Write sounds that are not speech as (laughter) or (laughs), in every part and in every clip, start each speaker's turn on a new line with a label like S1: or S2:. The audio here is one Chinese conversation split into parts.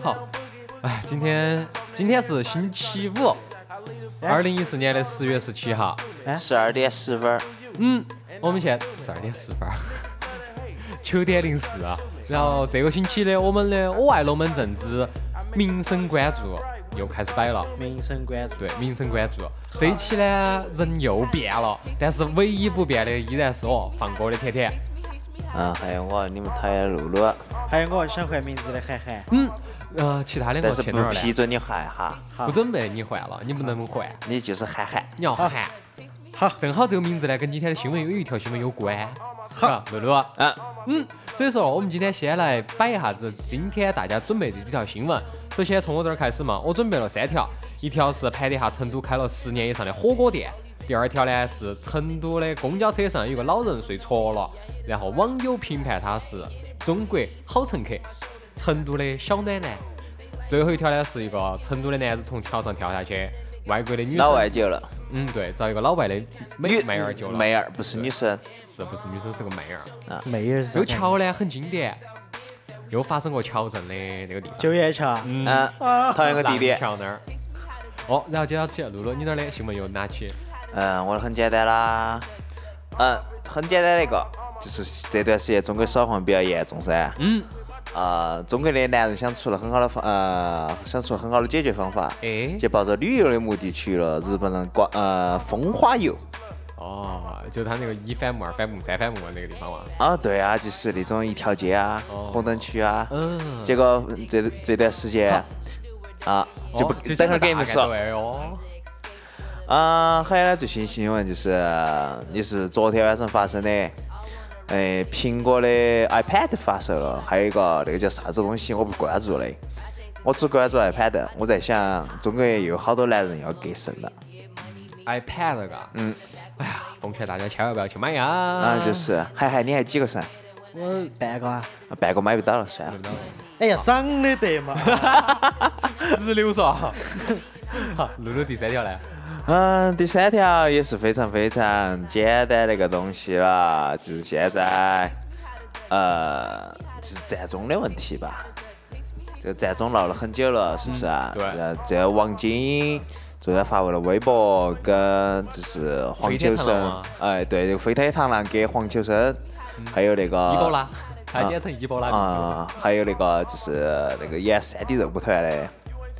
S1: 好，哎，今天今天是星期五，二零一四年的十月十七号。
S2: 十二点十分儿，
S1: 嗯，我们现在十二点十分儿， (laughs) 九点零四啊。然后这个星期的我们的我爱龙门阵之民生关注又开始摆了。
S2: 民生关注。
S1: 对，民生关注这一期呢，人又变了，但是唯一不变的依然是我放歌的甜甜。
S2: 嗯，还有我，你们讨厌的露
S1: 哦
S2: 露，
S3: 还有我想换名字的涵涵，
S1: 嗯，呃，其他两个
S2: 但是
S1: 去
S2: 不
S1: 哪儿
S2: 批
S1: 了？
S2: 准你换哈，
S1: 不准备你换了，你不能换，
S2: 你就是憨憨。
S1: 你要喊。
S3: 好
S1: 正好这个名字呢，跟今天的新闻有一条新闻有关。好，露露。
S2: 嗯，
S1: 嗯，所以说我们今天先来摆一下子今天大家准备的几条新闻。首先从我这儿开始嘛，我准备了三条，一条是盘点一下成都开了十年以上的火锅店，第二条呢是成都的公交车上有个老人睡着了，然后网友评判他是中国好乘客，成都的小暖男。最后一条呢是一个成都的男子从桥上跳下去，外国的女
S2: 老外
S1: 生，
S2: 救了，
S1: 嗯对，遭一个老外的美
S2: 女
S1: 妹儿救了，
S2: 妹儿不是女生，
S1: 是不是女生是个妹儿？
S3: 妹儿
S1: 这个桥呢很经典，又发生过桥震的那个地方，
S3: 九眼桥，
S2: 嗯，
S1: 啊
S2: 讨厌个弟弟
S1: 浪，桥那儿。哦，然后接到起，露露，你那儿的新闻又哪起？
S2: 嗯，我的很简单啦，嗯，很简单的一个，就是这段时间中国少混比较严重噻，
S1: 嗯，
S2: 啊，中国的男人想出了很好的方，呃，想出很好的解决方法，
S1: 哎，
S2: 就抱着旅游的目的去了日本人广，呃，风花游。
S1: 哦，就他那个一反目、二反目、三反目那个地方嘛。
S2: 啊，对啊，就是那种一条街啊，
S1: 哦
S2: 红灯区啊。
S1: 嗯
S2: 结果嗯这这段时间啊，就不
S1: 哦就
S2: 等会儿给你们
S1: 讲个
S2: 说
S1: 大。概对哦，
S2: 啊，还有呢，最新新闻就是也是昨天晚上发生的，哎，苹果的 iPad 发售了，还有一个那个叫啥子东西我不关注嘞，我只关注 iPad。我在想，中国也有好多男人要割肾了
S1: iPad 那个。嗯。哎呀，奉劝大家千万不要去买呀！
S2: 啊
S1: 啊，
S2: 就是，还还你还几个肾？
S3: 我半个啊，
S2: 半个买不到了，算了。
S3: 哎呀，长得得嘛，
S1: 石榴说。好，露露第三条呢？
S2: 嗯，第三条也是非常非常简单的一个东西了，就是现在，呃，就是占中的问题吧。这占中闹了很久了，是不是啊？
S1: 嗯对
S2: 这这王晶昨天发布了微博，跟就是黄秋
S1: 飞天螳螂
S2: 生
S1: 啊，嗯
S2: 哎，对，这个飞天螳螂给黄秋生，还有那个
S1: 伊波拉，它简称伊波拉病毒。
S2: 啊，还有那个就是那个演三 D 肉蒲团的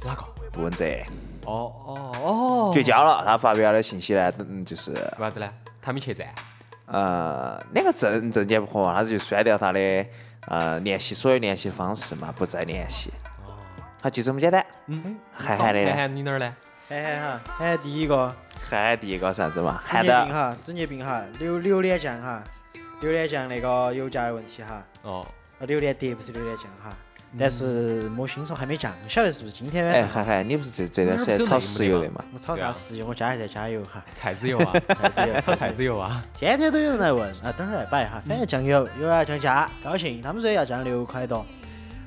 S1: 哪个？
S2: 杜汶泽
S1: 哦哦哦。
S2: 绝交了，他发表的信息呢，嗯，就是
S1: 为啥子呢？他们去站。
S2: 呃，两个证证件不合嘛，他就删掉他的呃联系所有联系方式嘛，不再联系。他就这么简单。
S1: 嗯，
S2: 涵涵的
S1: 涵
S2: 呢？
S1: 涵你哪儿呢？
S3: 涵涵哈，涵涵第一个，
S2: 涵涵第一个啥子嘛？
S3: 职
S2: 涵
S3: 业病
S2: 的
S3: 哈，职业病哈，榴榴莲酱哈，榴莲酱那个油价的问题哈，
S1: 哦，
S3: 呃榴莲碟不是榴莲酱哈，但是摸新手还没降，不晓得是不是今天晚
S2: 哎，
S3: 上？
S2: 涵涵，你不是这这段时间炒石油的嘛？
S3: 我炒
S1: 对
S3: 啥
S1: 啊
S3: 石油？我家还在加油哈，
S1: 菜籽油啊，
S2: (laughs)
S1: 菜
S3: 籽油
S1: 炒菜籽油啊。
S3: (laughs) 天天都有人来问啊，等会儿来摆哈，反正酱油又要降价，高兴，他们说要降六块多。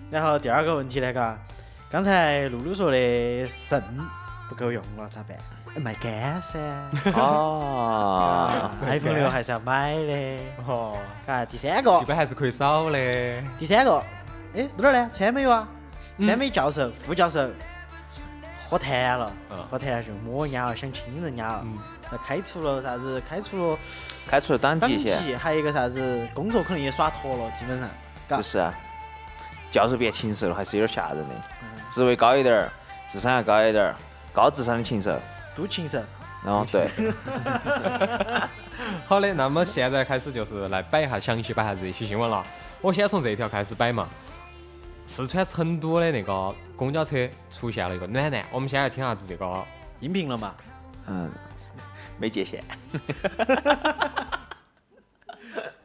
S3: 然后第二个问题呢，嘎，刚才露露说的肾不够用了咋办？卖肝 (laughs) 噻
S2: 哦，
S3: 啊，iPhone 六还是要买的。
S1: 哦，
S3: 嘎，第三
S1: 基
S3: 个，
S1: 本还是可以少的。
S3: 第三个，哎，哪儿呢？川美哇，
S1: 嗯
S3: 川美教授、副教授喝痰了
S1: 嗯，
S3: 喝痰就摸人家了，想亲人家了
S1: 嗯，
S3: 这开除了啥子？开除了
S2: 开除了党
S3: 党
S2: 籍先，
S3: 籍，还有一个啥子工作可能也耍脱了，基本上。嘎
S2: 就是啊教授变禽兽了，还是有点吓人的。职位高一点儿，智商要高一点儿，高智商的禽兽。
S3: 都禽兽。
S2: 然后对，
S1: 好的，那么现在开始就是来摆一下详细摆一下这些新闻了。我先从这一条开始摆嘛。四川成都的那个公交车出现了一个暖男，我们先来听下子这个。 (laughs)
S3: 音频了嘛？
S2: 嗯，没界限。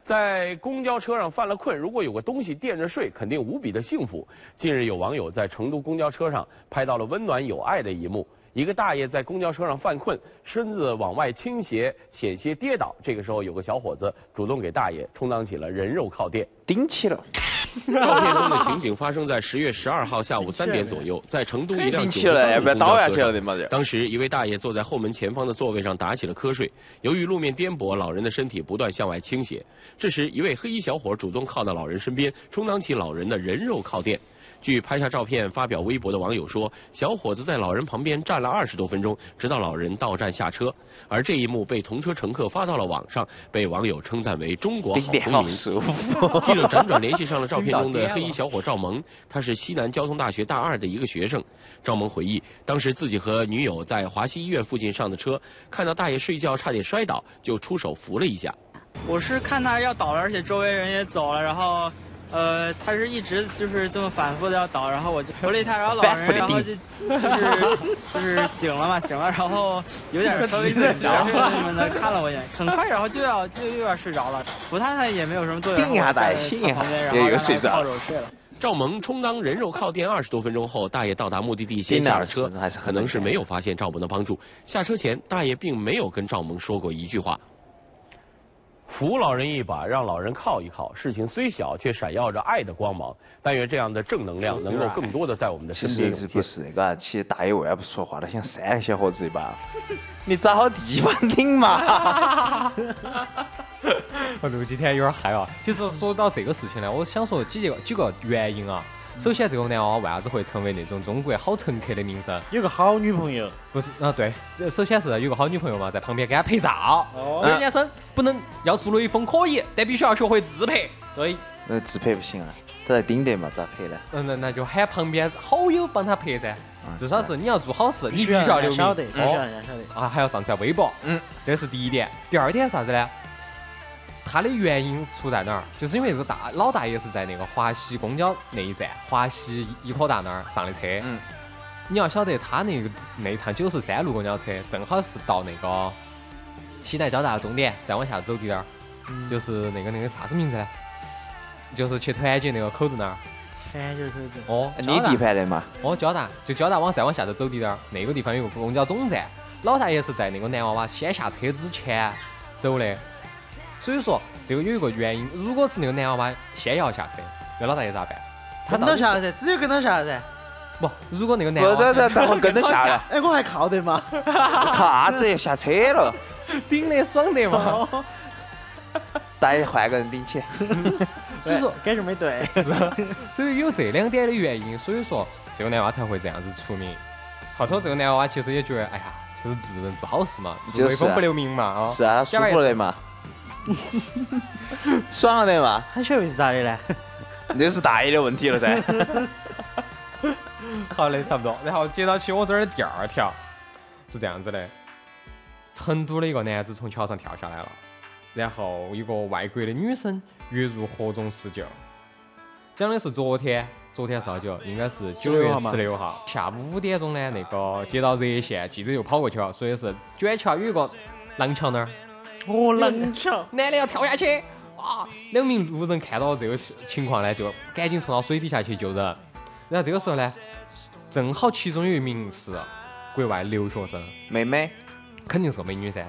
S4: 在公交车上犯了困，如果有个东西垫着睡，肯定无比的幸福。近日，有网友在成都公交车上拍到了温暖有爱的一幕。一个大爷在公交车上犯困，身子往外倾斜，险些跌倒。这个时候，有个小伙子主动给大爷充当起了人肉靠垫。
S2: 顶起了，
S4: 照片中的情景发生在十月十二号下午三点左右，在成都
S2: (laughs)
S4: 一辆
S2: 顶
S4: 九
S2: 起
S4: 十
S2: 了，
S4: 三
S2: 要
S4: 路
S2: 不要
S4: 公交
S2: 倒下
S4: 车
S2: 去了
S4: 上
S2: 的嘛？这
S4: 当时，一位大爷坐在后门前方的座位上打起了瞌睡。由于路面颠簸，老人的身体不断向外倾斜。这时，一位黑衣小伙主动靠到老人身边，充当起老人的人肉靠垫。据拍下照片发表微博的网友说，小伙子在老人旁边站了二十多分钟，直到老人到站下车。而这一幕被同车乘客发到了网上，被网友称赞为“中国
S2: 顶
S4: 好
S2: 点
S4: 公
S2: 好
S4: 民”。
S2: 舒服，
S4: (laughs) 记者辗转联系上了照片中的黑衣小伙赵萌，他是西南交通大学大二的一个学生。赵萌回忆，当时自己和女友在华西医院附近上的车，看到大爷睡觉差点摔倒，就出手扶了一下。
S5: 我是看他要倒了，而且周围人也走了，然后，呃，他是一直就是这么反复的要倒，然后我就扶了一下，然后老
S2: 反复
S5: 人，
S2: 地
S5: 然后就就是就是醒了嘛，醒了，然后有点稍微紧张什么的，看了我一眼，很快，然后就要就又要睡着了，扶他他也没有什么作用，
S2: 定一下
S5: 然后
S2: 大爷
S5: 在
S2: 醒
S5: 他
S2: 一下
S5: 旁边然
S2: 也
S5: 后
S2: 有
S5: 让他
S2: 睡着
S5: 抱着我睡了。
S4: 赵萌充当人肉靠垫二十多分钟后，大爷到达目的地先
S2: 盯着
S4: 下了
S2: 20
S4: 车
S2: 分钟还是，很
S4: 可能
S2: 能
S4: 是
S2: 干
S4: 没有发现赵萌的帮助。下车前，大爷并没有跟赵萌说过一句话。扶老人一把，让老人靠一靠，事情虽小，却闪耀着爱的光芒。但愿这样的正能量能够更多的在我们的
S2: 其
S4: 身
S2: 实
S4: 边
S2: 啊是
S4: 涌
S2: 不
S4: 现。
S2: 是那个，其实大爷为啥不说话他想扇那小伙子一 (laughs) 把，你找好地方顶 (laughs) 嘛。
S1: 我录几天有点嗨啊。其实说到这个事情呢，我想说几个几个原因啊。首先，这个男娃为啥子会成为那种中国好乘客的名声？
S3: 有个好女朋友，
S1: 不是啊，对，这首先是有个好女朋友嘛，在旁边给他陪照。
S3: 哦
S1: 这个男生不能要做雷锋可以，但必须要学会自拍。
S3: 对，
S2: 那自拍不行啊，都在顶点嘛，咋拍呢？
S1: 嗯，那那就喊旁边好友帮他拍噻。至少是你要做好事，你必须
S3: 要
S1: 要
S3: 人
S1: 留名。
S3: 家晓啊得，必须要
S1: 哦
S3: 人家晓得。
S1: 啊，还要上传微博。嗯，这是第一点。第二点是啥子呢？它的原因出在哪儿？就是因为这个大老大爷是在那个华西公交那一站，华西医科大那儿上的车。
S2: 嗯，
S1: 你要晓得，他那个那一趟九十三路公交车正好是到那个西南交大的终点，再往下走滴点儿，
S2: 嗯
S1: 就是那个那个啥子名字呢？就是去团结那个口子那儿。
S3: 哎，就是这种
S1: 哦，
S2: 你地盘的嘛，
S1: 哦，交大就交大往再往下头走滴点儿，那个地方有个公交总站，老大爷是在那个男娃娃先下车之前走的，所以说这个有一个原因，如果是那个男娃娃先要下车，那老大爷咋办？他
S3: 跟
S1: 到
S3: 到
S1: 底
S3: 下
S1: 是
S3: 了噻，只有跟到下了噻。
S1: 不？如果那个男
S2: 不，
S1: 娃
S2: 这
S1: 娃
S2: 这咋会跟得下来？
S3: 哎，我还靠得嘛，
S2: 靠啥子下车了？
S1: (laughs) 顶得爽得
S2: 哦
S1: 嘛，
S2: 大爷换个人顶起，
S1: 所以说
S3: 感觉没对。
S1: 所以有这两点的原因，所以说这个男娃才会这样子出名。后头这个男娃娃其实也觉得，哎呀，其实做人做好事嘛，做
S2: 就是
S1: 威风
S2: 啊
S1: 不留名嘛，啊，
S2: 是啊，舒
S1: 要不然
S2: 服了的 (laughs) 嘛，爽了的嘛，
S3: 他晓得是咋的呢？
S2: 这是大爷的问题了噻。
S1: (laughs) 好嘞，差不多。然后接到起我这儿的第二条是这样子的：成都的一个男子从桥上跳下来了，然后一个外国的女生跃入河中施救。讲的是昨天，昨天是好久？应该是九月十六号下午五点钟呢。那个接到热线，记者就跑过去了，说的是卷桥有一个廊桥那儿，哦
S3: 我冷笑，
S1: (laughs) 男的要跳下去啊！两名路人看到这个情况呢，就赶紧冲到水底下去救人。然后这个时候呢，正好其中有一名是国外留学生，
S2: 妹妹，
S1: 肯定是个美女噻。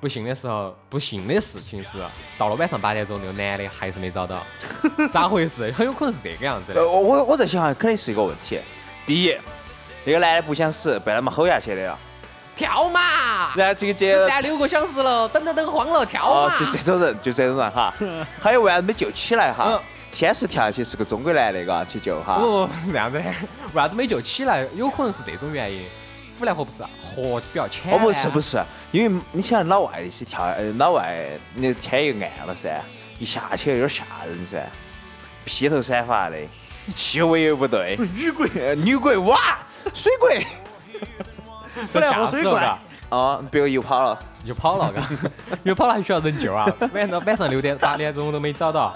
S1: 不幸的时候，不幸的事情是，到了晚上八点钟，那个男的还是没找
S2: (laughs)
S1: 到，咋回事？很有可能是这个样子
S2: 呃，
S1: 的。
S2: 我我我在想，肯定是一个问题。第一，那个男的不想死，被他们吼下去的了。
S1: 跳嘛！
S2: 然后这个接
S1: 都站六个小时了，等等等慌了，跳
S2: 哦
S1: 嘛！，
S2: 呃就这种人，就这种人哈。还有为啥子没救起来哈
S1: 嗯？
S2: 先是跳下去是个中国男的，嘎去救哈。
S1: 不不哦不是这样子的，为啥子没救起来？有可能是这种原因。府南河不是河比较浅、
S2: 哦，不是不是，因为你想老外那些跳，呃老外那天又暗了噻，一下去有点吓人噻，披头散发的，气味又不对， (laughs) 女鬼，呃女鬼哇，水鬼，
S1: 府 (laughs) 南河
S3: 水怪
S2: 哦，别个又跑了，
S1: 就跑
S2: (laughs)
S1: 了，嘎，又跑了还需要人救啊？晚上晚上六点八点钟都没找到，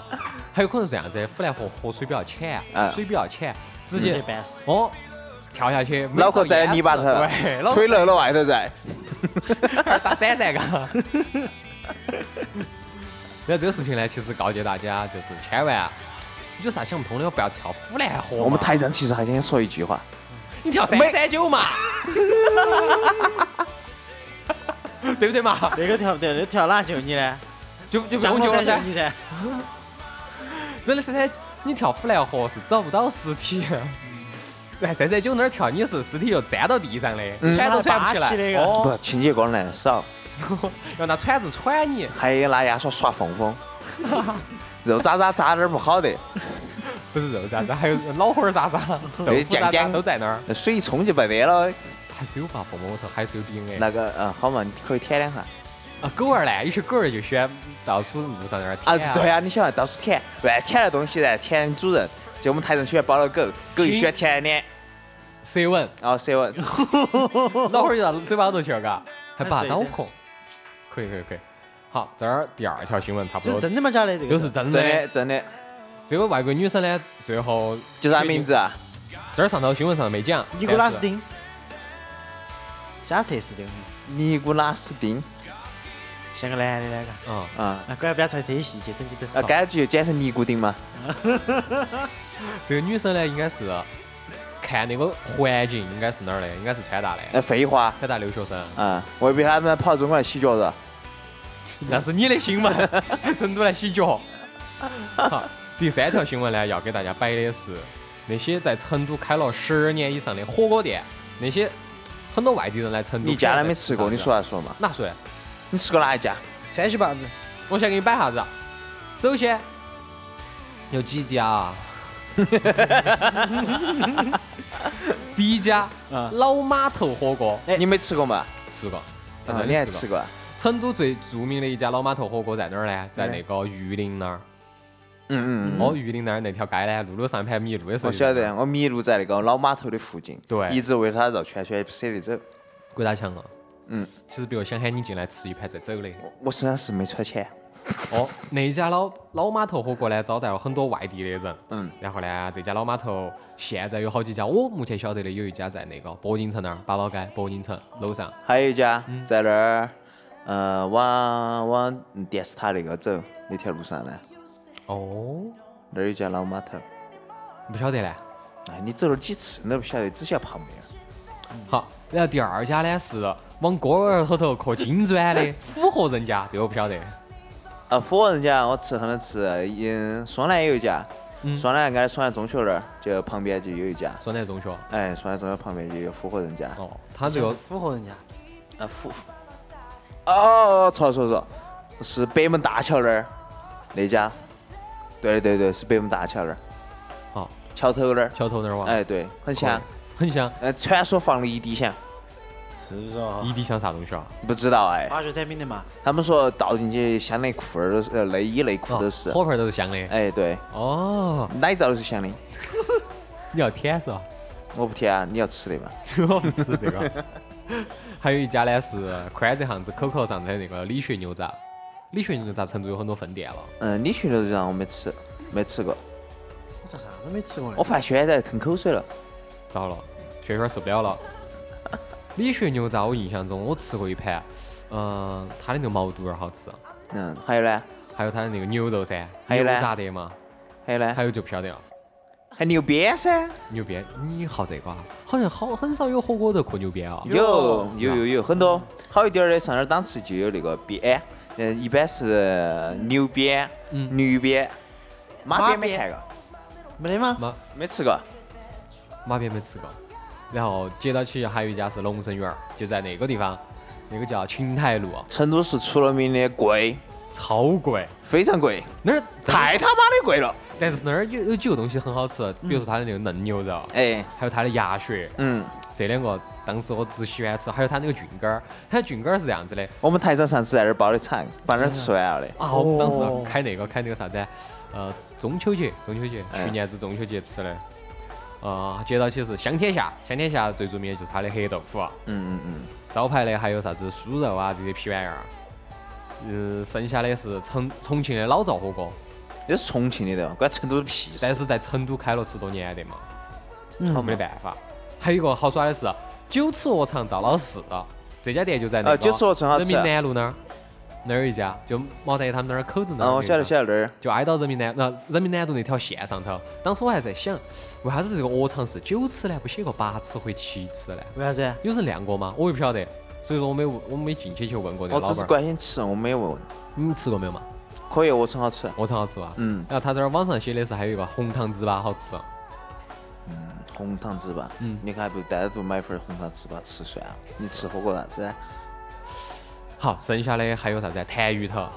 S1: 还有可能是这样子的，府南河河水比较浅啊
S2: 嗯，
S1: 水比较浅，直
S3: 直接
S1: 接
S3: 办事。
S1: 哦跳下去，没
S2: 脑壳
S1: 找
S2: 在
S1: 淹
S2: 泥巴
S1: 死
S2: 头 (laughs)
S1: 对，脑，壳
S2: 腿露了外头在，
S1: 打闪闪嘎。然后这个事情呢，其实告诫大家就是千万，啊你有啥想不通的，不要跳腐烂河嘛。
S2: 我们台长其实还想说一句话，
S1: 你跳三三九
S2: (laughs)
S1: 嘛，对不对嘛？
S3: 那个跳不得，那个跳哪就你呢？
S1: 就就不
S3: 江
S1: 用
S3: 湖
S1: 救了
S3: 三
S1: 噻
S3: 就。你噻。
S1: 真的三三，你跳腐烂河是找不到尸体的。在三三九那儿跳，你是尸体又粘到地上的，
S2: 嗯
S1: 喘都喘不起
S3: 拉起那
S1: 来。
S3: 个
S1: 哦，
S2: 不，清洁工难少，
S1: 要拿铲子铲你，
S2: 还拿牙刷刷缝 (laughs) 缝，肉渣渣渣点儿不好的，
S1: 不是肉渣渣，还有脑花儿渣渣、
S2: (laughs)
S1: 豆腐渣
S2: 酱
S1: 渣
S2: 酱
S1: 都在那儿。
S2: 水一冲就没得了。
S1: 还是有吧，凤凰头还是有 DNA。
S2: 那个，嗯，好嘛，你可以舔两下。
S1: 啊，狗儿呢？有些狗儿就喜欢到处路上在那儿
S2: 啊
S1: 舔，
S2: 对啊，你想到处舔，乱舔的东西然后舔主人。就我们台上喜欢抱了狗，狗就喜欢舔脸，
S1: 舌吻，
S2: 然后 (laughs) 舌吻。
S1: 脑花儿就到嘴巴头去了，嘎，还拔
S3: 对
S1: 脑
S3: 对
S1: 壳。
S2: 哎
S1: 可以可以可以。好，这儿第二条新闻差不
S3: 这是
S1: 多，
S3: 真的吗？假的？这个
S1: 就是真
S2: 真
S1: 的
S2: 的。真的，
S1: 这个外国女生呢，最后
S2: 就啥名字啊？
S1: 这儿上头新闻上没讲，
S3: 尼古拉
S1: 但
S3: 斯
S1: 是
S3: 丁。假设是这个名字，
S2: 尼古拉斯丁
S3: 像个男的那个。
S1: 啊，
S2: 啊，
S3: 啊，管不要猜这些细节，整起整。
S2: 啊，感觉就简称尼古丁嘛。
S1: 这个女生呢，应该是看那个环境，应该是哪儿的？应该是川大的，
S2: 那呃废话，
S1: 川大留学生。
S2: 啊，未必他们跑中国来洗脚了。
S1: 那是你的新闻，来 (laughs) 成都来洗脚。好，第三条新闻呢，要给大家摆的是那些在成都开了十二年以上的火锅店，那些很多外地人来成都。
S2: 你家来没吃过？你说
S1: 啥？
S2: 来说嘛。
S1: 哪说？
S2: 你吃过哪一家？
S6: 川西坝子，
S1: 我先给你摆啥子啊？首先有几家啊？第一家
S3: 嗯
S1: 老码头火锅
S3: 哎
S2: 你没吃过嘛？
S1: 吃过，在
S2: 啊，
S1: 这
S2: 你
S1: 里
S2: 还
S1: 吃
S2: 吃
S1: 过。
S2: 过啊？
S1: 成都最著名的一家老码头火锅在哪儿呢？在那个榆林那儿。
S2: 嗯嗯嗯。
S1: 哦，榆林那儿那条街呢，路路上盘迷路的时候，
S2: 我晓得，。我迷路在那个老码头的附近，
S1: 对
S2: 一直围着它绕圈圈，不舍得走。
S1: 鬼打墙啊！
S2: 嗯，哦
S1: 其实比我想喊你进来吃一盘再走的。
S2: 我我身上是没揣钱，
S1: 哦，那一家老老码头火锅呢，招待了很多外地的人。
S2: 嗯，
S1: 然后呢，这家老码头现在有好几家，我目前晓得的有一家在那个铂金城那儿，八宝街铂金城楼上。
S2: 还有一家
S1: 嗯
S2: 在那儿，呃，往往电视塔那个走那条路上呢，
S1: 哦，
S2: 那儿有一家老码头。
S1: 不晓得嘞。
S2: 哎，你走了几次你都不晓得，只晓得旁边。啊
S1: 好，然后第二家呢是往锅儿后头刻金砖
S2: (laughs)
S1: 的府河人家，这个我不晓得。
S2: 啊，富人家我吃很能吃，嗯，双南也有一家，
S1: 嗯
S2: 双南俺双南中学那儿就旁边就有一家，
S1: 双南中学。
S2: 哎，双南中学旁边就有富和人家。
S1: 哦，他这个
S3: 符合人家。
S2: 啊富，哦，错了错了错了，是北门大桥那儿那家，对对对，是北门大桥那儿，
S1: 哦，
S2: 桥头那儿，
S1: 桥头那儿哇，
S2: 哎，对，很香，
S1: 很像。
S2: 呃，传说放了一滴香，
S3: 是不是哦？
S1: 一滴像啥东西啊？
S2: 不知道哎，
S3: 化学产品的嘛，
S2: 他们说倒进去香内裤儿都是，呃，内衣内裤都是，
S1: 哦火盆儿都是香的。
S2: 哎，对，
S1: 哦，
S2: 奶罩都是香的，
S1: 你要舔是吧？
S2: 我不甜啊，你要吃的嘛，
S1: 我不吃这个。 (laughs) 还有一家呢是宽窄巷子口口上的那个李学牛杂，李学牛杂成都有很多分店了。
S2: 嗯，你去牛肉让我没吃，没吃过。
S3: 我咋啥都没吃过呢
S2: 我？发现在吞口水了。
S1: 糟了，轩轩受不了了。李学牛杂，我印象中我吃过一盘，嗯、他的那个毛肚儿好吃，
S2: 嗯，还有呢？
S1: 还有他的那个牛肉噻，
S2: 还有嘞哎
S1: 牛杂得嘛，
S2: 还有呢？
S1: 还有就不晓得了。
S2: 还牛鞭噻？
S1: 牛鞭，你好这个啊？好像好很少有火锅头扣牛鞭啊。
S2: 有有有有很多好一点儿的，上哪儿档次就有那个鞭，嗯，一般是牛鞭、
S1: 嗯
S2: 驴鞭、马
S3: 马
S2: 鞭没看过，
S3: 没得吗？
S1: 妈，
S2: 没吃过。
S1: 马鞭没吃过。然后接到起还有一家是龙生园儿，就在那个地方，那个叫琴台路，啊
S2: 成都是出了名的贵，
S1: 超贵。
S2: 非常贵，
S1: 那儿菜，
S2: 太他妈的贵了。
S1: 但是那儿有有几个东西很好吃，比如说它的那个嫩牛肉，
S2: 哎，
S1: 还有它的鸭血，
S2: 嗯，
S1: 这两个当时我只喜欢吃，还有它那个菌干儿，它菌干儿是这样子的，
S2: 我们台长上次在那儿包的场，把那儿吃完了的。
S1: 啊，我们当时
S2: 哦
S1: 要开那个开那个啥子啊，呃，中秋节，中秋节，
S2: 哎
S1: 去年子中秋节吃的。啊、接到起是香天下，香天下最著名的就是它的黑豆腐、啊，
S2: 嗯嗯嗯，
S1: 招牌的还有啥子酥肉啊这些屁玩意儿。嗯、剩下的是重重庆的老灶火锅，
S2: 这是重庆的的，关成都的屁事。
S1: 但是在成都开了十多年的嘛，
S3: 嗯
S1: 没得办法。还有一个好耍的是九尺鹅肠赵老四，这家店就在那
S2: 呃
S1: 个
S2: 九尺鹅肠好吃
S1: 人民南路那儿。那儿有一家，就毛大爷他们那儿口子那儿
S2: 嗯，
S1: 有
S2: 我
S1: 一
S2: 晓
S1: 家。
S2: 得晓得那儿，
S1: 就挨到人民南那人民南路那条线上头。当时我还在想，为啥子这个鹅肠是九尺呢，不写个八尺或七尺呢？
S3: 为啥子？
S1: 有人亮过吗？我也不晓得，所以说我没问我没进去去问过那
S2: 我
S1: 个老
S2: 只
S1: 板
S2: 是
S1: 儿。
S2: 关心吃，我没有问。
S1: 你们吃过没有嘛？
S2: 可以，鹅肠好吃，
S1: 鹅肠好吃吧？
S2: 嗯
S1: 然后他这儿网上写的是还有一个红糖糍粑好吃，
S2: 红糖糍粑，嗯，你还不如单独买份儿红糖糍粑吃算了。你吃火锅啥子？
S1: 好，剩下的还有啥子啊？坛鱼头，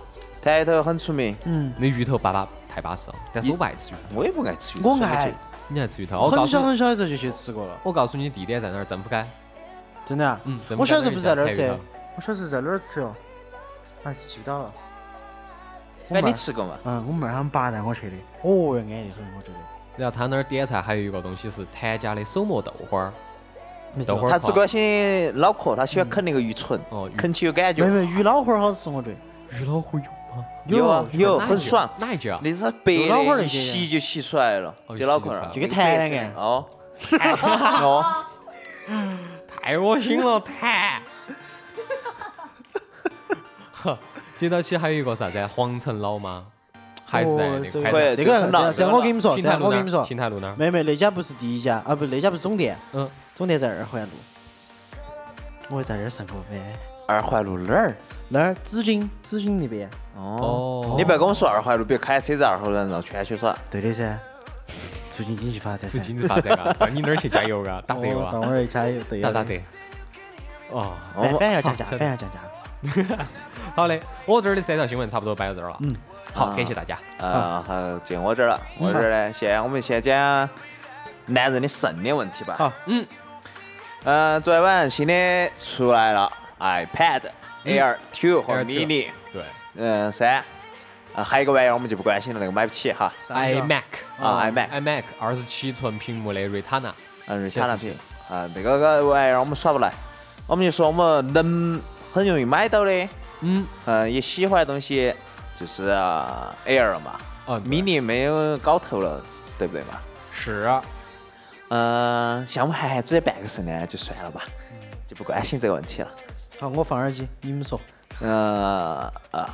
S2: 台头很出名，
S3: 嗯
S1: 那鱼头粑粑太巴适了，但是我不爱吃鱼，
S2: 我也不爱吃鱼，
S3: 我
S2: 说不
S3: 爱
S2: 清，
S1: 你爱吃鱼头？我告诉
S3: 很小
S1: 你，
S3: 很小的时候就去吃过了，
S1: 我告诉你地点在哪儿，政府街。
S3: 真的啊。
S1: 嗯，政府
S3: 我
S1: 街
S3: 小时
S1: 有
S3: 候不
S1: 一
S3: 是
S1: 家
S3: 在那儿
S1: 坛鱼
S3: 吃
S1: 头，
S3: 我小时候在哪儿吃哟？还是记不到了。我
S2: 哎，
S3: 妹
S2: 你
S3: 儿
S2: 吃过吗？
S3: 嗯，我妹儿他们爸带我去的。哦哟，安逸的很，我觉得。
S1: 然后他那儿点菜还有一个东西是谭家的手磨豆花儿，
S3: 没吃
S1: 豆
S3: 过
S1: 花儿
S2: 他
S1: 泡
S2: 只关心脑壳，他喜欢啃那个鱼唇，
S1: 哦鱼
S2: 啃起有感
S3: 没
S2: 觉。
S3: 没鱼脑花儿好吃，我觉得。
S1: 鱼老虎有吗？
S2: 有啊有，
S1: 哪一
S2: 很
S1: 家
S2: 爽。
S1: 哪一家？
S2: 那是它
S3: 有脑壳
S2: 白
S3: 儿
S2: 的，
S3: 那
S2: 一
S3: 些
S2: 洗就洗出来了
S1: 哦，
S2: 就脑壳儿
S1: 洗
S3: 出来了就跟
S2: 白
S3: 痰
S2: 色的
S3: 那个
S2: 哦， (laughs)
S3: 哦，
S1: 太恶心了，太。 (laughs) 呵，接到起还有一个啥子啊皇城老妈，还是在那
S3: 哦
S1: 个
S3: 这个
S1: 开
S2: 会
S1: 在
S3: 这
S2: 这
S3: 个
S2: 个
S3: 很
S2: 很浪
S3: 这个我
S2: 漫
S3: 跟你们说，
S1: 邢
S3: 这
S1: 台
S3: 个
S1: 路
S3: 我
S1: 那
S3: 跟你们
S1: 儿，
S3: 说，
S1: 邢台路那儿。
S3: 没没那家不是第一家啊，不那家不是总店，
S1: 嗯，
S3: 总店在二环路。我也在那儿上过班，
S2: 二环路哪儿？
S3: 那儿紫金紫金那边。
S2: 哦，
S1: 哦，
S2: 你不
S1: (laughs)
S2: 要跟我说二环路，别开车在二环路绕圈圈耍。
S3: 对的噻，促进经济发展
S1: 出
S3: 噻。
S1: 金子发财嘎，到你那儿去加油嘎，打折啊
S3: 哦到
S1: 哇，
S3: 我儿加油，对
S1: 打
S3: 呀。
S1: 打折。哦，
S2: 我
S3: 反
S2: 们
S3: 反要降价，
S1: 好
S3: 反要降价。
S1: 好嘞，我这儿的三条新闻差不多摆到这儿了。嗯，好，
S2: 啊
S1: 感谢大家。
S2: 啊，好，就我这儿了。
S1: 嗯
S2: 我这儿呢，现在我们先讲男人的肾的问题吧。
S3: 好，
S1: 嗯，
S2: 嗯，昨天晚上新的出来了，iPad Air 2和
S1: 嗯 Air 2
S2: mini，
S1: 对
S2: 嗯，三，啊，还有一个玩意儿我们就不关心了，那个买不起哈。
S1: ，iMac
S2: 啊，iMac
S1: iMac 二十七寸屏幕的 Retina，
S2: 嗯，瑞卡那
S1: 确
S2: 些啊，那个个玩意儿我们耍不来，我们就说我们能很容易买到的，
S1: 嗯，
S2: 嗯，也喜欢的东西就是啊 Air 嘛
S1: 哦对
S2: ，mini 没有搞头了，对不对嘛？
S1: 是，
S2: 嗯，像我们涵涵只有半个肾呢，就算了吧，就不关心这个问题了。
S3: 好，我放耳机，你们说。
S2: 嗯啊，哎，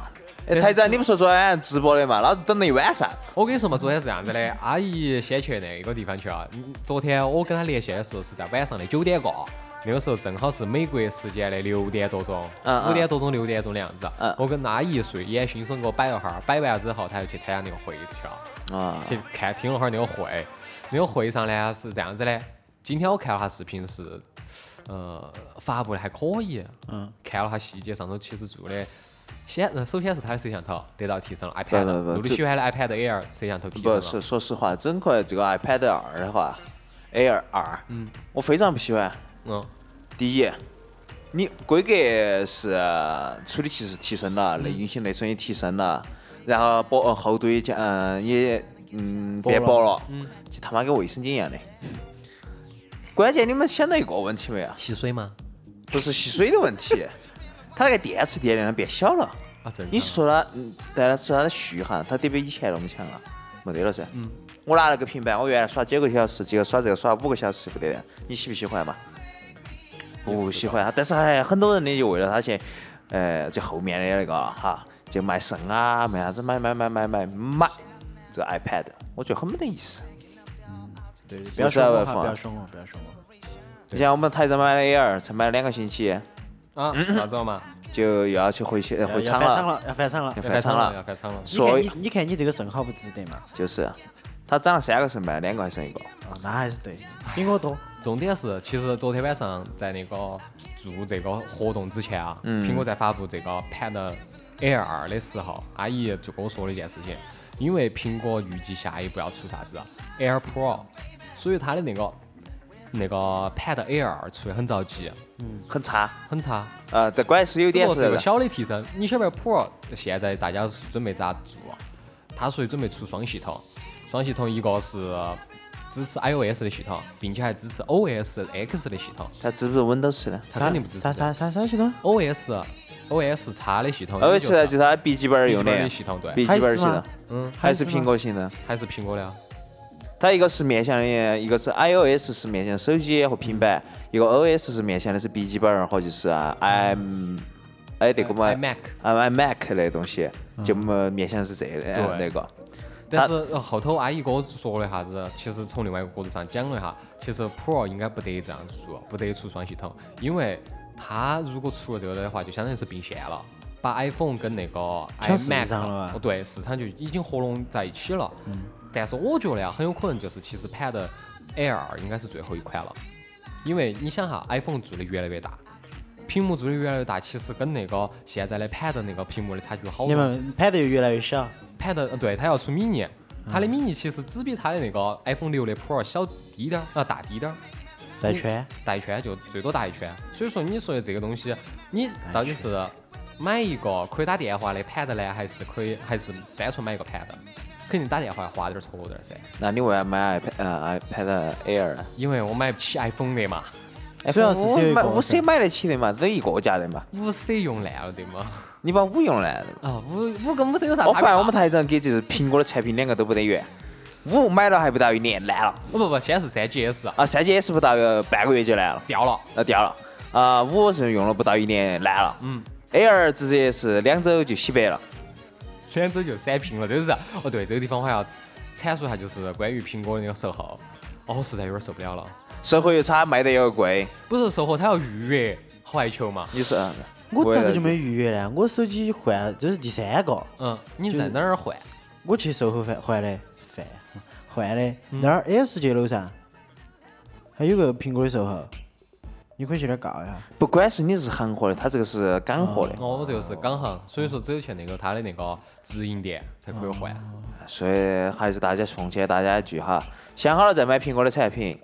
S1: 是
S2: 台长，你不说昨晚直播的嘛？老子等了一晚上。
S1: 我跟你说嘛，昨天是这样子的，阿姨先去那个地方去了。嗯昨天我跟她连线的时候是在晚上的九点过，那个时候正好是美国时间的六点多钟，
S2: 嗯嗯
S1: 五点多钟六点钟的样子
S2: 嗯。
S1: 我跟阿姨睡眼惺忪给我摆了哈儿，摆完之后她又去参加那个会去了。
S2: 啊，
S1: 去看听了会儿那个会，那个会上呢是这样子的，今天我看了下视频是，呃，发布的还可以，嗯，看了下细节，上头其实做的。先，呃首先是它的摄像头得到提升了，iPad，
S2: 不不
S1: 露露
S2: 这
S1: 喜欢的 iPad Air 摄像头提升
S2: 不
S1: 了，
S2: 是，说实话，整个这个 iPad 二的话，Air 二，嗯，我非常不喜欢。
S1: 嗯，
S2: 第一，你规格是处理器是提升了，内运行内存也提升了，然后薄呃厚度也降，嗯也嗯变薄了，就他妈跟卫生巾一样的。关键你们想到一个问题没有？啊
S1: 吸水吗？
S2: 不是吸水的问题， (laughs) 它那个电池电量变小了。
S1: 啊，正常
S2: 你说它，嗯但是它的续航，它得比以前那么强了，没得了噻。嗯。我拿了个平板，我原来耍几个小时，结果耍这个耍五个小时不得了。你喜不喜欢嘛？不喜欢，但是还很多人呢，就为了它去，呃，这后面的那个哈，就卖肾啊，卖啥子买买买买买买这个 iPad，我觉得很没得意思。
S3: 对，不
S2: 不
S3: 要
S2: 要
S3: 凶
S2: 凶我哈
S3: 我哈，不
S2: 不
S3: 要
S2: 要
S3: 凶我，不要凶我。
S2: 你像我们台长买了 Air，才买了两个星期，
S1: 啊，啥子嘛？
S2: 就又要去回去回厂
S3: 要翻
S2: 了，
S3: 了，要翻场了
S2: 要。
S1: 要
S2: 翻
S1: 翻
S2: 厂
S1: 了，
S2: 了
S1: 要。翻场了。
S3: 你看
S2: 所以
S3: 你，你看你这个肾好不值得嘛？
S2: 就是，它涨了三个肾，卖了两个还剩一个。
S3: 啊，那还是对，比我多。
S1: 重点是，其实昨天晚上在那个做这个活动之前啊，苹果在发布这个 Pad Air 二的时候，阿姨就跟我说了一件事情，因为苹果预计下一步要出啥子 Air Pro，所以它的那个那个 Pad Air 二出的很着急，
S2: 很差。
S1: 很差，
S2: 呃，但关键是有
S1: 只
S2: 点
S1: 不过是
S2: 是
S1: 一个小的提升。你晓不晓得 Pro 现在大家是准备咋做？啊它属于准备出双系统，双系统一个是支持 iOS 的系统，并且还支持 OS X 的系统。
S2: 它支不支持 Windows 呢
S1: 它肯定不支持
S3: 啥啥啥啥系统？
S1: OS OS 叉的系统也
S2: ？OS 呢
S1: 是
S2: 就是它笔记本
S1: 笔
S2: 用
S1: 记本的
S2: 的，
S1: 系统，对，
S2: 笔记本系
S3: 还是
S2: 统
S3: 吗，
S1: 嗯，
S2: 还是苹果型的。
S1: 还是苹果的啊，
S2: 它一个是面向的，一个是 iOS 是面向手机和平板，一个 OS 是面向的是笔记本儿和就是 i
S7: 啊哎那个嘛
S1: iMac
S7: 啊 iMac 那东西，
S3: 嗯
S7: 就么面向是这类
S1: 对
S7: 那个。
S1: 但是呃后头阿姨给我说了一下子，其实从另外一个角度上讲了一下，其实 Pro 应该不得这样子做，不得出双系统，因为它如果出了这个的话，就相当于是并线了，把 iPhone 跟那个
S3: 抢市
S1: iMac
S3: 场了吧嗯
S1: 哦对市场就已经合拢在一起了。但是我觉得呀，啊很有可能就是其实 Pad Air 应该是最后一款了，因为你想哈，iPhone 做的越来越大。屏幕做的越来越大，其实跟那个现在的 Pad 那个屏幕的差距好
S3: 你
S1: 大。
S3: 们拍的又越来越小，
S1: Pad，呃对，它要出 mini，它的 mini 其实只比它的那个 iPhone 六的 Pro 小低点儿，呃大低点儿，
S3: 带圈，
S1: 大一圈就最多大一圈。所以说你说的这个东西，你到底是买一个可以打电话的 Pad 呢，还是可以还是单纯买一个 Pad？肯定打电话要花点儿戳点儿噻，
S7: 那你为啥买 iPad 呃 iPad Air 呢？
S1: 因为我买不起 iPhone 的嘛，
S3: 主要是只有一个
S7: 买五 C 买得起的嘛，只有一个价的嘛，
S1: 五 C 用烂了的嘛，
S7: 你把五用烂了。
S1: 啊五五跟五 C 有啥
S7: 我
S1: 差
S7: 发哦现我们
S1: 别？啊
S7: 台长给就是苹果的产品两个都不得远，五买了还不到一年烂了，
S1: 哦不不不，先是三 GS
S7: 啊三 GS 不到呃半个月就烂了，
S1: 掉了，
S7: 呃掉了，啊五是用了不到一年烂了，嗯，Air 直接是两周就洗白了，
S1: 两周就闪屏了，真是。哦，对，这个地方我还要阐述一下，就是关于苹果的那个售后，哦，我实在有点受不了了。
S7: 售后又差，卖得又贵，
S1: 不是售后，他要预约好来求嘛？
S7: 你说啊
S3: 我
S7: 为
S3: 咋个
S7: 了
S3: 就没预约呢？我手机换这是第三个，
S1: 嗯，你在哪儿换？
S3: 我去售后换换的换换的那儿 S 街楼上，还有个苹果的售后，你可以去那儿告一下。
S7: 不管是你是行货的，它这个是港货的，
S1: 哦，我这个是港行，所以说只有去那个他的那个直营店才可以换。
S7: 所以还是大家奉劝大家一句哈，想好了再买苹果的产品，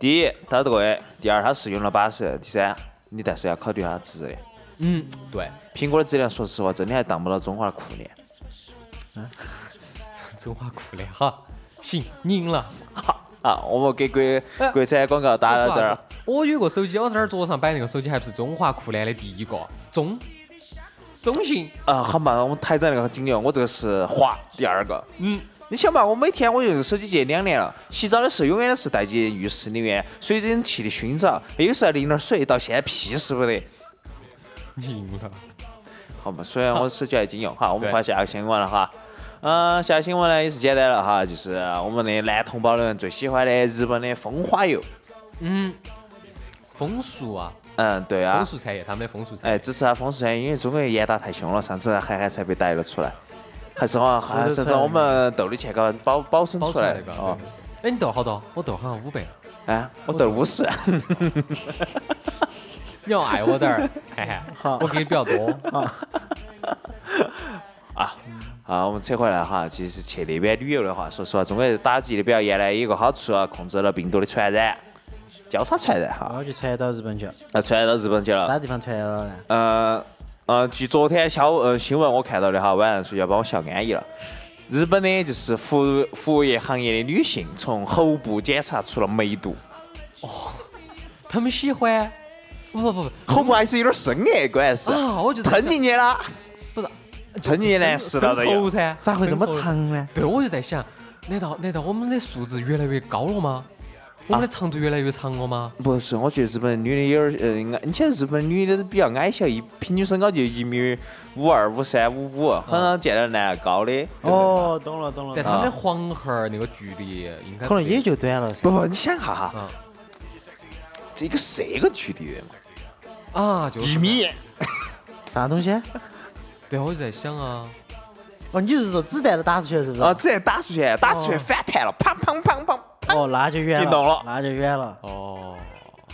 S7: 第一它贵，第二它是用了巴适，第三你但是要考虑它质量。
S1: 嗯，对， (laughs)
S7: 苹果的质量，说实话，真的还当不到中华的酷联。
S1: 中华酷的哈。行，你赢了。
S7: 哈啊，我们给国
S1: 哎
S7: 国产广告打到这儿，
S1: 我有个手机，我在那儿桌上摆那个手机，还不是中华酷联的第一个中中型。
S7: 啊，好嘛，我们台长那个经理，我这个是华第二个。
S1: 嗯，
S7: 你想嘛，我每天我用这个手机接两年了，洗澡的时候永远都是带进浴室里面，水蒸气的熏澡，有时候还淋点水，到现在屁事不得。
S1: 你赢
S7: 啊
S1: 了。
S7: 好嘛，虽然我手机还经用哈，我们
S1: 对
S7: 换下一个新闻了哈。嗯，下一个新闻呢也是简单了哈，就是呃我们的男同胞们最喜欢的日本的风花油。
S1: 嗯，枫树啊，
S7: 嗯，对啊
S1: 枫，树产业，他们的枫树产
S7: 哎，
S1: 业。
S7: 支持他风扇，因为中国人严打太凶了，上次韩寒才被逮了出来，还是好像还甚至我们斗的钱搞保保生
S1: 包
S7: 出
S1: 出
S7: 来
S1: 来那个。
S7: 哦
S1: 对，哎，你豆好多？我豆好像五百。
S7: 哎，我斗五 (laughs) 十，
S1: 你要爱我点儿，嘿嘿，我给你比较多。
S7: 啊，我们扯回来哈，其实去那边旅游的话，说实话，中国人打击的比较严呢，有一个好处啊，控制了病毒的传染，交叉传染哈，
S3: 啊我就传到日本去了，
S7: 那传染到日本去了。
S3: 啥地方传到了呢？
S7: 呃呃，据昨天下午呃新闻我看到的哈，晚上睡觉把我笑安逸了。日本呢，就是服务服务业行业的女性从喉部检查出了梅毒，
S1: (laughs) 他们喜欢，不不不不
S7: 喉部还是有点深哎，关键是
S1: 啊，我就在
S7: 吞
S1: 想
S7: 进去了，
S1: 不是
S7: 吞进去呢，食道都
S1: 喉
S7: 有。
S1: 噻，
S3: 咋会这么
S1: 生喉？
S3: 长呢？
S1: 对，我就在想，难道难道我们的素质越来越高了吗？我们的长度越来越长了吗？
S7: 不是，我觉得日本女的有点，呃，矮你像日本女的都比较矮小，一平均身高就一米五二、五三、五五，很少见到男的高的。
S3: 哦，懂了懂了
S1: 但，他们的黄孩儿那个距离应该
S3: 可能也就短了噻。
S7: 不不，你想哈哈
S1: 嗯，
S7: 这个是这个距离的嘛，
S1: 啊，就是
S7: 一米。
S3: 啥东西？
S1: 对，我就在想啊，
S3: 哦，你是说子弹都打出去了是不是？
S7: 啊，直接打出去，打出去反弹了，砰砰砰砰砰。
S3: 哦，那就远
S7: 进洞了
S3: 那就远了，
S1: 哦，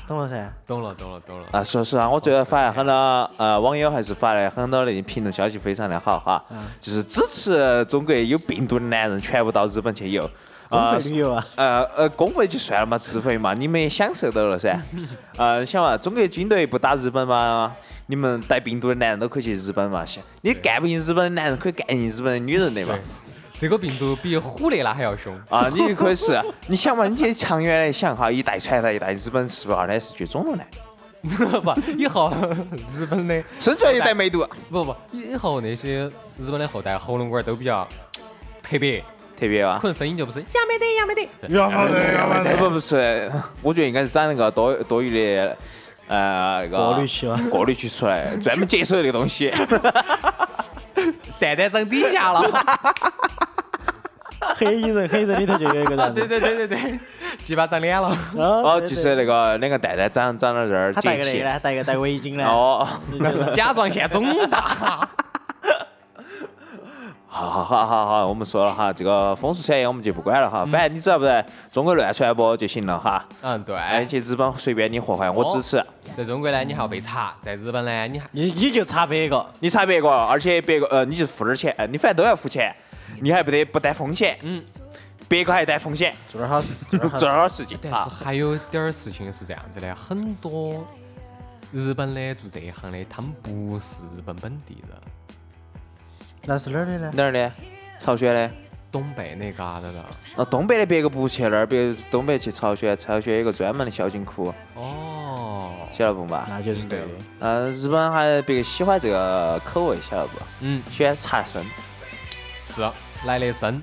S3: 懂了噻。
S1: 懂了懂了懂了，
S7: 啊，说实话，我觉得发现很多呃网友还是发了很多那些评论消息非常的好哈，就是支持中国有病毒的男人全部到日本去游，
S3: 公
S7: 啊
S3: 费旅游啊，
S7: 呃呃，公费就算了嘛，自费嘛，你们也享受到了 (laughs) 噻。呃，想嘛，中国军队不打日本嘛，你们带病毒的男人都可以去日本嘛，想你干不赢日本的男人，可以干赢日本的女人的嘛
S1: 对。，这个病毒比虎烈那还要凶， (laughs)
S7: 啊，你就可以是，你想嘛，你去长远来想哈，一代传来一代，日本是不是二代是绝种了呢？
S1: 不，以后日本的
S7: 生出来就带梅毒，啊
S1: 不不，以后那些日本的后代喉咙管儿都比较特别，
S7: 特别啊
S1: 可！能声音就不是呀没
S3: 啊
S1: 得呀没得，
S7: (laughs) 不不不是，我觉得应该是长那个多多余的
S2: 呃那个
S3: 过 (laughs) 滤器吗
S2: 过滤器出来，专门接收这个东西。
S1: 蛋蛋长底下了，
S3: 黑衣人，黑衣人里头就有一个人，
S1: 对对对对对，鸡巴长脸了，
S2: 哦，
S3: (laughs) 哦
S2: 就
S3: 对
S2: 是那个两个蛋蛋长长到这儿
S3: 他戴
S2: 捡
S3: 个那
S2: 起
S3: 个。呢，戴个戴围巾呢，
S2: 哦，
S1: 那是甲状腺肿大。
S2: 哦好好好好好，我们说了哈，这个风俗产业我们就不管了哈，反正你只要不在中国乱传播就行了哈。
S1: 嗯，
S2: 哎，
S1: 对，
S2: 去日本随便你祸害，我支持。
S1: 在中国呢，你还要被查；在日本呢，你还
S3: 你你就差别个，
S2: 你查别个，而且别个呃，你就付点钱，呃你反正都要付钱，你还不得不担风险。嗯，别个还担风险，
S3: 做点好事，做点好
S2: (laughs) 做
S3: 事。
S2: 好事情
S1: 但是
S2: 啊。
S1: 还有点儿事情是这样子的，很多日本的做这一行的，他们不是日本本地人，
S3: 那是哪儿的呢？
S2: 哪儿呢？朝鲜呢？
S1: 东北那旮瘩的。
S2: 那啊东北的别个不去那儿，别个东北去朝鲜，朝鲜有个专门的孝敬窟，
S1: 哦，
S2: 晓得不嘛？
S3: 那就是对的。
S2: 嗯， (laughs) 日本还别个喜欢这个口味，晓得不？
S1: 嗯，
S2: 喜欢茶参。
S1: 是来的深。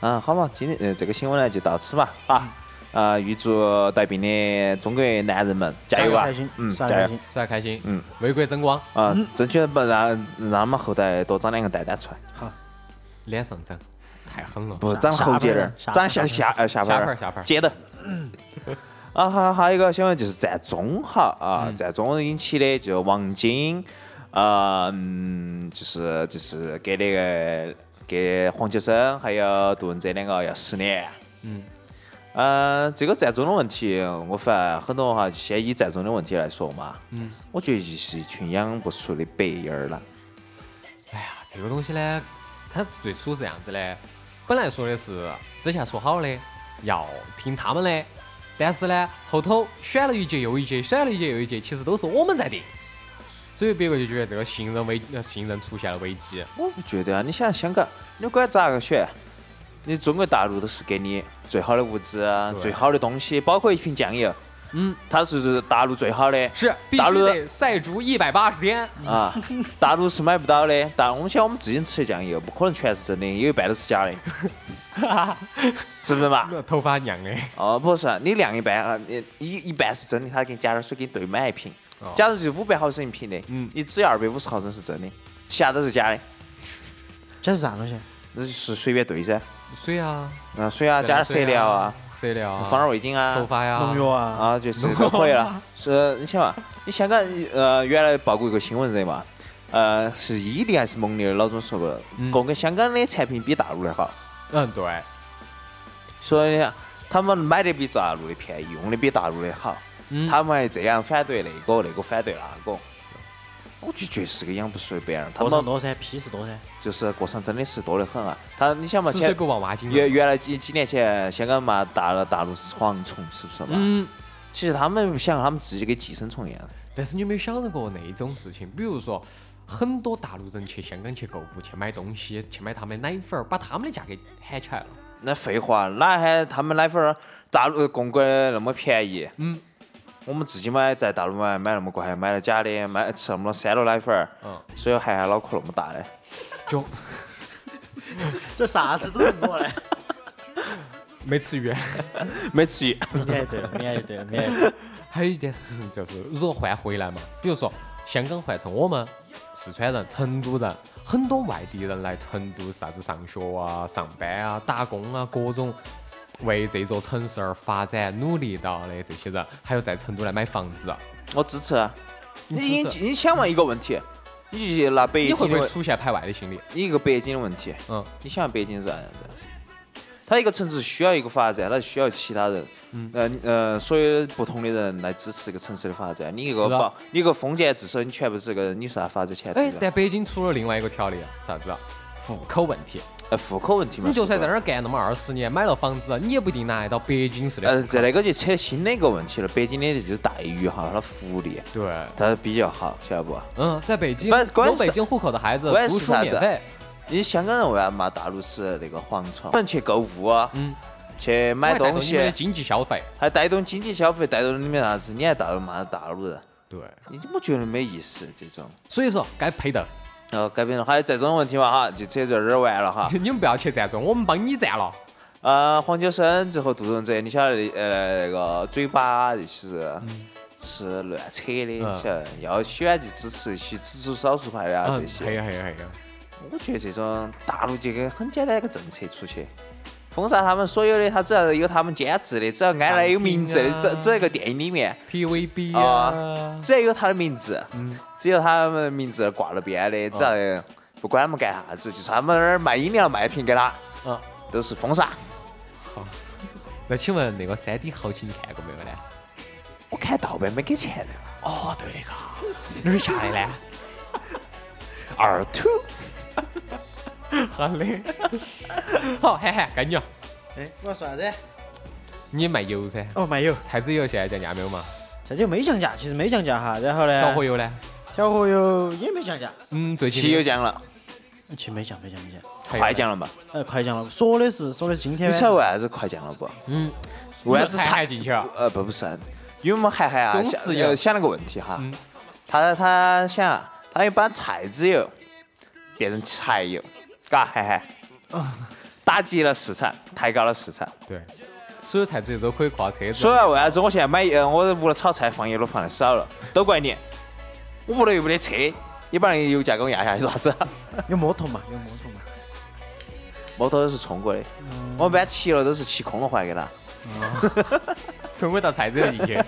S2: 嗯，好嘛，今天呃这个新闻呢就到此吧啊。啊，预祝带兵的中国男人们加油啊
S3: 开心！，
S2: 嗯，
S3: 耍
S2: 加
S3: 开
S2: 油
S3: 心。
S1: 耍开心，
S2: 嗯，
S1: 为国争光，
S2: 啊！争取不让让他们后代多长两个蛋蛋出来。
S1: 脸上长，太狠了。
S2: 不长喉结那儿，
S3: 下
S2: 长
S3: 盘
S2: 下下呃下
S1: 下
S2: 盘
S1: 盘
S2: 儿
S1: 儿下盘儿
S2: 接的。啊，还还有一个新闻就是战中哈
S1: 嗯
S2: 啊，战中引起的就是王晶，呃嗯，就是就是给那个给黄秋生还有杜汶泽两个要十年。
S1: 嗯。
S2: 嗯，这个战中的问题，我发现很多哈，先以战中的问题来说嘛。
S1: 嗯。
S2: 我觉得就是一群养不熟的白眼儿了。
S1: 哎呀，这个东西呢，它是最初是这样子的，本来说的是之前说好的要听他们的，但是呢，后头选了一届又一届，选了一届又一届，其实都是我们在定，所以别个就觉得这个信任危，呃信任出现了危机。
S2: 我不觉得啊，你想香港，你管咋个选？你中国大陆都是给你最好的物资啊、
S1: 对
S2: 最好的东西，包括一瓶酱油，
S1: 嗯，
S2: 它是大陆最好的，
S1: 是必
S2: 大
S1: 须
S2: 陆
S1: 得晒足一百八十天。
S2: 啊，大陆是买不到的。但我们像我们自己吃的酱油，不可能全是真的，有一半都
S1: (laughs)
S2: 是假的，是不是嘛？
S1: 那头发酿的，
S2: 哦，不是，你量一半啊，你一一半是真的，他给你加点水，给你兑满一瓶。
S1: 哦
S2: 假如是五百毫升一瓶的，
S1: 嗯
S2: 你只要二百五十毫升是真的，其他都是假的，
S3: 这是啥东西？
S2: 那就是随便兑噻。
S1: 水啊，
S2: 嗯，水啊，加点
S1: 水
S2: 色料啊，，
S1: 色料啊，
S2: 放点味精啊，
S1: 头发呀，
S3: 农药啊，
S2: 啊，就是都可以了。是，你想嘛，你香港呃原来报过一个新闻热嘛，呃是伊利还是蒙牛，老总说过，
S1: 嗯
S2: 供给香港的产品比大陆的好，
S1: 嗯，对，
S2: 所以呢，他们买的比大陆的便宜，用的比大陆的好，
S1: 嗯，
S2: 他们还这样反对那个，那个反对那个。我就觉得是个养不熟的白眼儿，他
S3: 多少
S2: 们
S3: 多噻，屁事多噻。
S2: 就是过上真的是多得很啊！他你想嘛，
S1: 吃
S2: 前
S1: 水果娃娃精
S2: 原
S1: 了，
S2: 原来几几年前香港嘛，大大陆是蝗虫，是不是嘛？
S1: 嗯。
S2: 其实他们想，他们自己跟寄生虫一样。
S1: 但是你有没有想到过那种事情？比如说，很多大陆人去香港去购物、去买东西、去买他们的奶粉儿，把他们的价格喊起来了。
S2: 那废话，哪还他们奶粉儿大陆供过来那么便宜？
S1: 嗯，
S2: 我们自己买在大陆买买那么贵，还买了假的，买吃那么多山螺奶粉儿，
S1: 嗯，
S2: 所以还喊脑壳那么大嘞。
S1: 就 (laughs)
S3: 这啥子都是我 (laughs) 嘞。
S1: 没吃圆。
S2: 没吃鱼，
S3: 你还对了，你还对了，你还 (laughs) 对了。
S1: 还有一件事情就是，如果换回来嘛，比如说香港换成我们四川人、成都人，很多外地人来成都啥子上学啊、上班啊、打工啊，各种为这座城市而发展努力到的这些人，还有在成都来买房子，
S2: 我支持啊。你
S1: 你支持
S2: 你你想嘛一个问题，你就拿北
S1: 你
S2: 京
S1: 会不
S2: 的
S1: 会
S2: 问，
S1: 出现排外的心理？
S2: 你一个北京的问题，
S1: 嗯，
S2: 你想北京是啥样子？它一个城市需要一个发展，它需要其他人，嗯呃呃，所有不同的人来支持一个城市的发展。你一个
S1: 是啊
S2: 保，你一个封建制社，你全部是个，你是啥发展前提？
S1: 哎，但北京出了另外一个条例，啥子啊？户口问题，
S2: 呃，户口问题嘛，
S1: 你就算
S2: 是
S1: 在
S2: 吧
S1: 那儿干那么二十年，买了房子，你也不一定拿得到北京市的
S2: 呃，
S1: 户口。
S2: 这那个就扯新的一个问题了。北京的就是待遇哈，它福利
S1: 对，
S2: 它比较好，晓得不？
S1: 嗯，在北京
S2: 关关
S1: 有
S2: 键是
S1: 北京户口的孩子
S2: 关键
S1: 读
S2: 是
S1: 书
S2: 啥子
S1: 免
S2: 啊
S1: 费，
S2: 你香港人为啥骂大陆是那个蝗虫？人去购物啊，
S1: 嗯，
S2: 去买
S1: 带动
S2: 东
S1: 你们的
S2: 西，
S1: 经济消费。
S2: 还带动经济消费，带动你们啥子？你还大陆骂大陆人，
S1: 对，
S2: 你怎么觉得没意思这种？
S1: 所以说该配的，。
S2: 然后改变了，还有这种问题嘛哈，就扯到这儿完了哈
S1: (laughs) 你们不要去占中，我们帮你占了。嗯
S2: 呃，黄秋生之后杜汶泽，你晓得呃那个嘴巴就是吃乱扯的，晓得、要喜欢去支持一些支持少数派的啊、
S1: 嗯
S2: 这，
S1: 还
S2: 些。
S1: 有还有还有，
S2: 我觉得这种大陆这个很简单一个政策出去，封杀他们所有的，他只要有他们监制的，只要安了有名字的，
S1: 啊
S2: 只只要一个电影里面，
S1: TVB
S2: 啊
S1: 啊，
S2: 只要有他的名字，只要他们名字挂了边的，只要不管他们干啥子，就是他们那儿卖饮料卖瓶给他，
S1: 啊，
S2: 都是封杀。
S1: 那请问那个三 D 豪情你看过没有呢？
S2: 我看盗版没给钱的，
S1: 哦，对的嘎，哪儿下的呢？
S2: (laughs) 二土。
S1: 好嘞，好，涵涵，该你了，
S3: 哎，我要说啥子？
S1: 你卖油噻，
S3: 哦，卖油，
S1: 菜籽油现在降价没有嘛？
S3: 这就没降价，其实没降价哈。然后
S2: 哎
S3: 呢，
S1: 调和油呢？
S3: 调和油也没降价，
S1: 嗯，最近
S2: 汽油降了，
S3: 其实没降，没降，没降。
S2: 快降了嘛？
S3: 呃，快降了，说的是说的是今天
S2: 你晓得
S3: 晚
S2: 为啥子快降了不？
S1: 嗯，
S2: 为啥子
S1: 菜
S2: 菜
S1: 还进去啊了？
S2: 呃，不不是，因为我们还还啊
S1: 中
S2: 想
S1: 式
S2: 呃
S1: 油
S2: 想了个问题哈
S1: 嗯，
S2: 他他想啊他要把菜籽油变成柴油，嘎，嘿嘿，打击了市场，抬高了市场。
S1: 对，所有菜籽油都可以挂车子
S2: 所。以为啥啊子我现在买呃，我屋头炒菜放油都放的少了，都怪你，我屋头又没得车，你把那个油价给我压下去做啥子？
S3: 有摩托嘛，有摩托嘛。
S2: 摩托都是冲过的，我们一般骑了都是骑空了还给他。
S1: 成为到菜籽油进 (laughs) 去。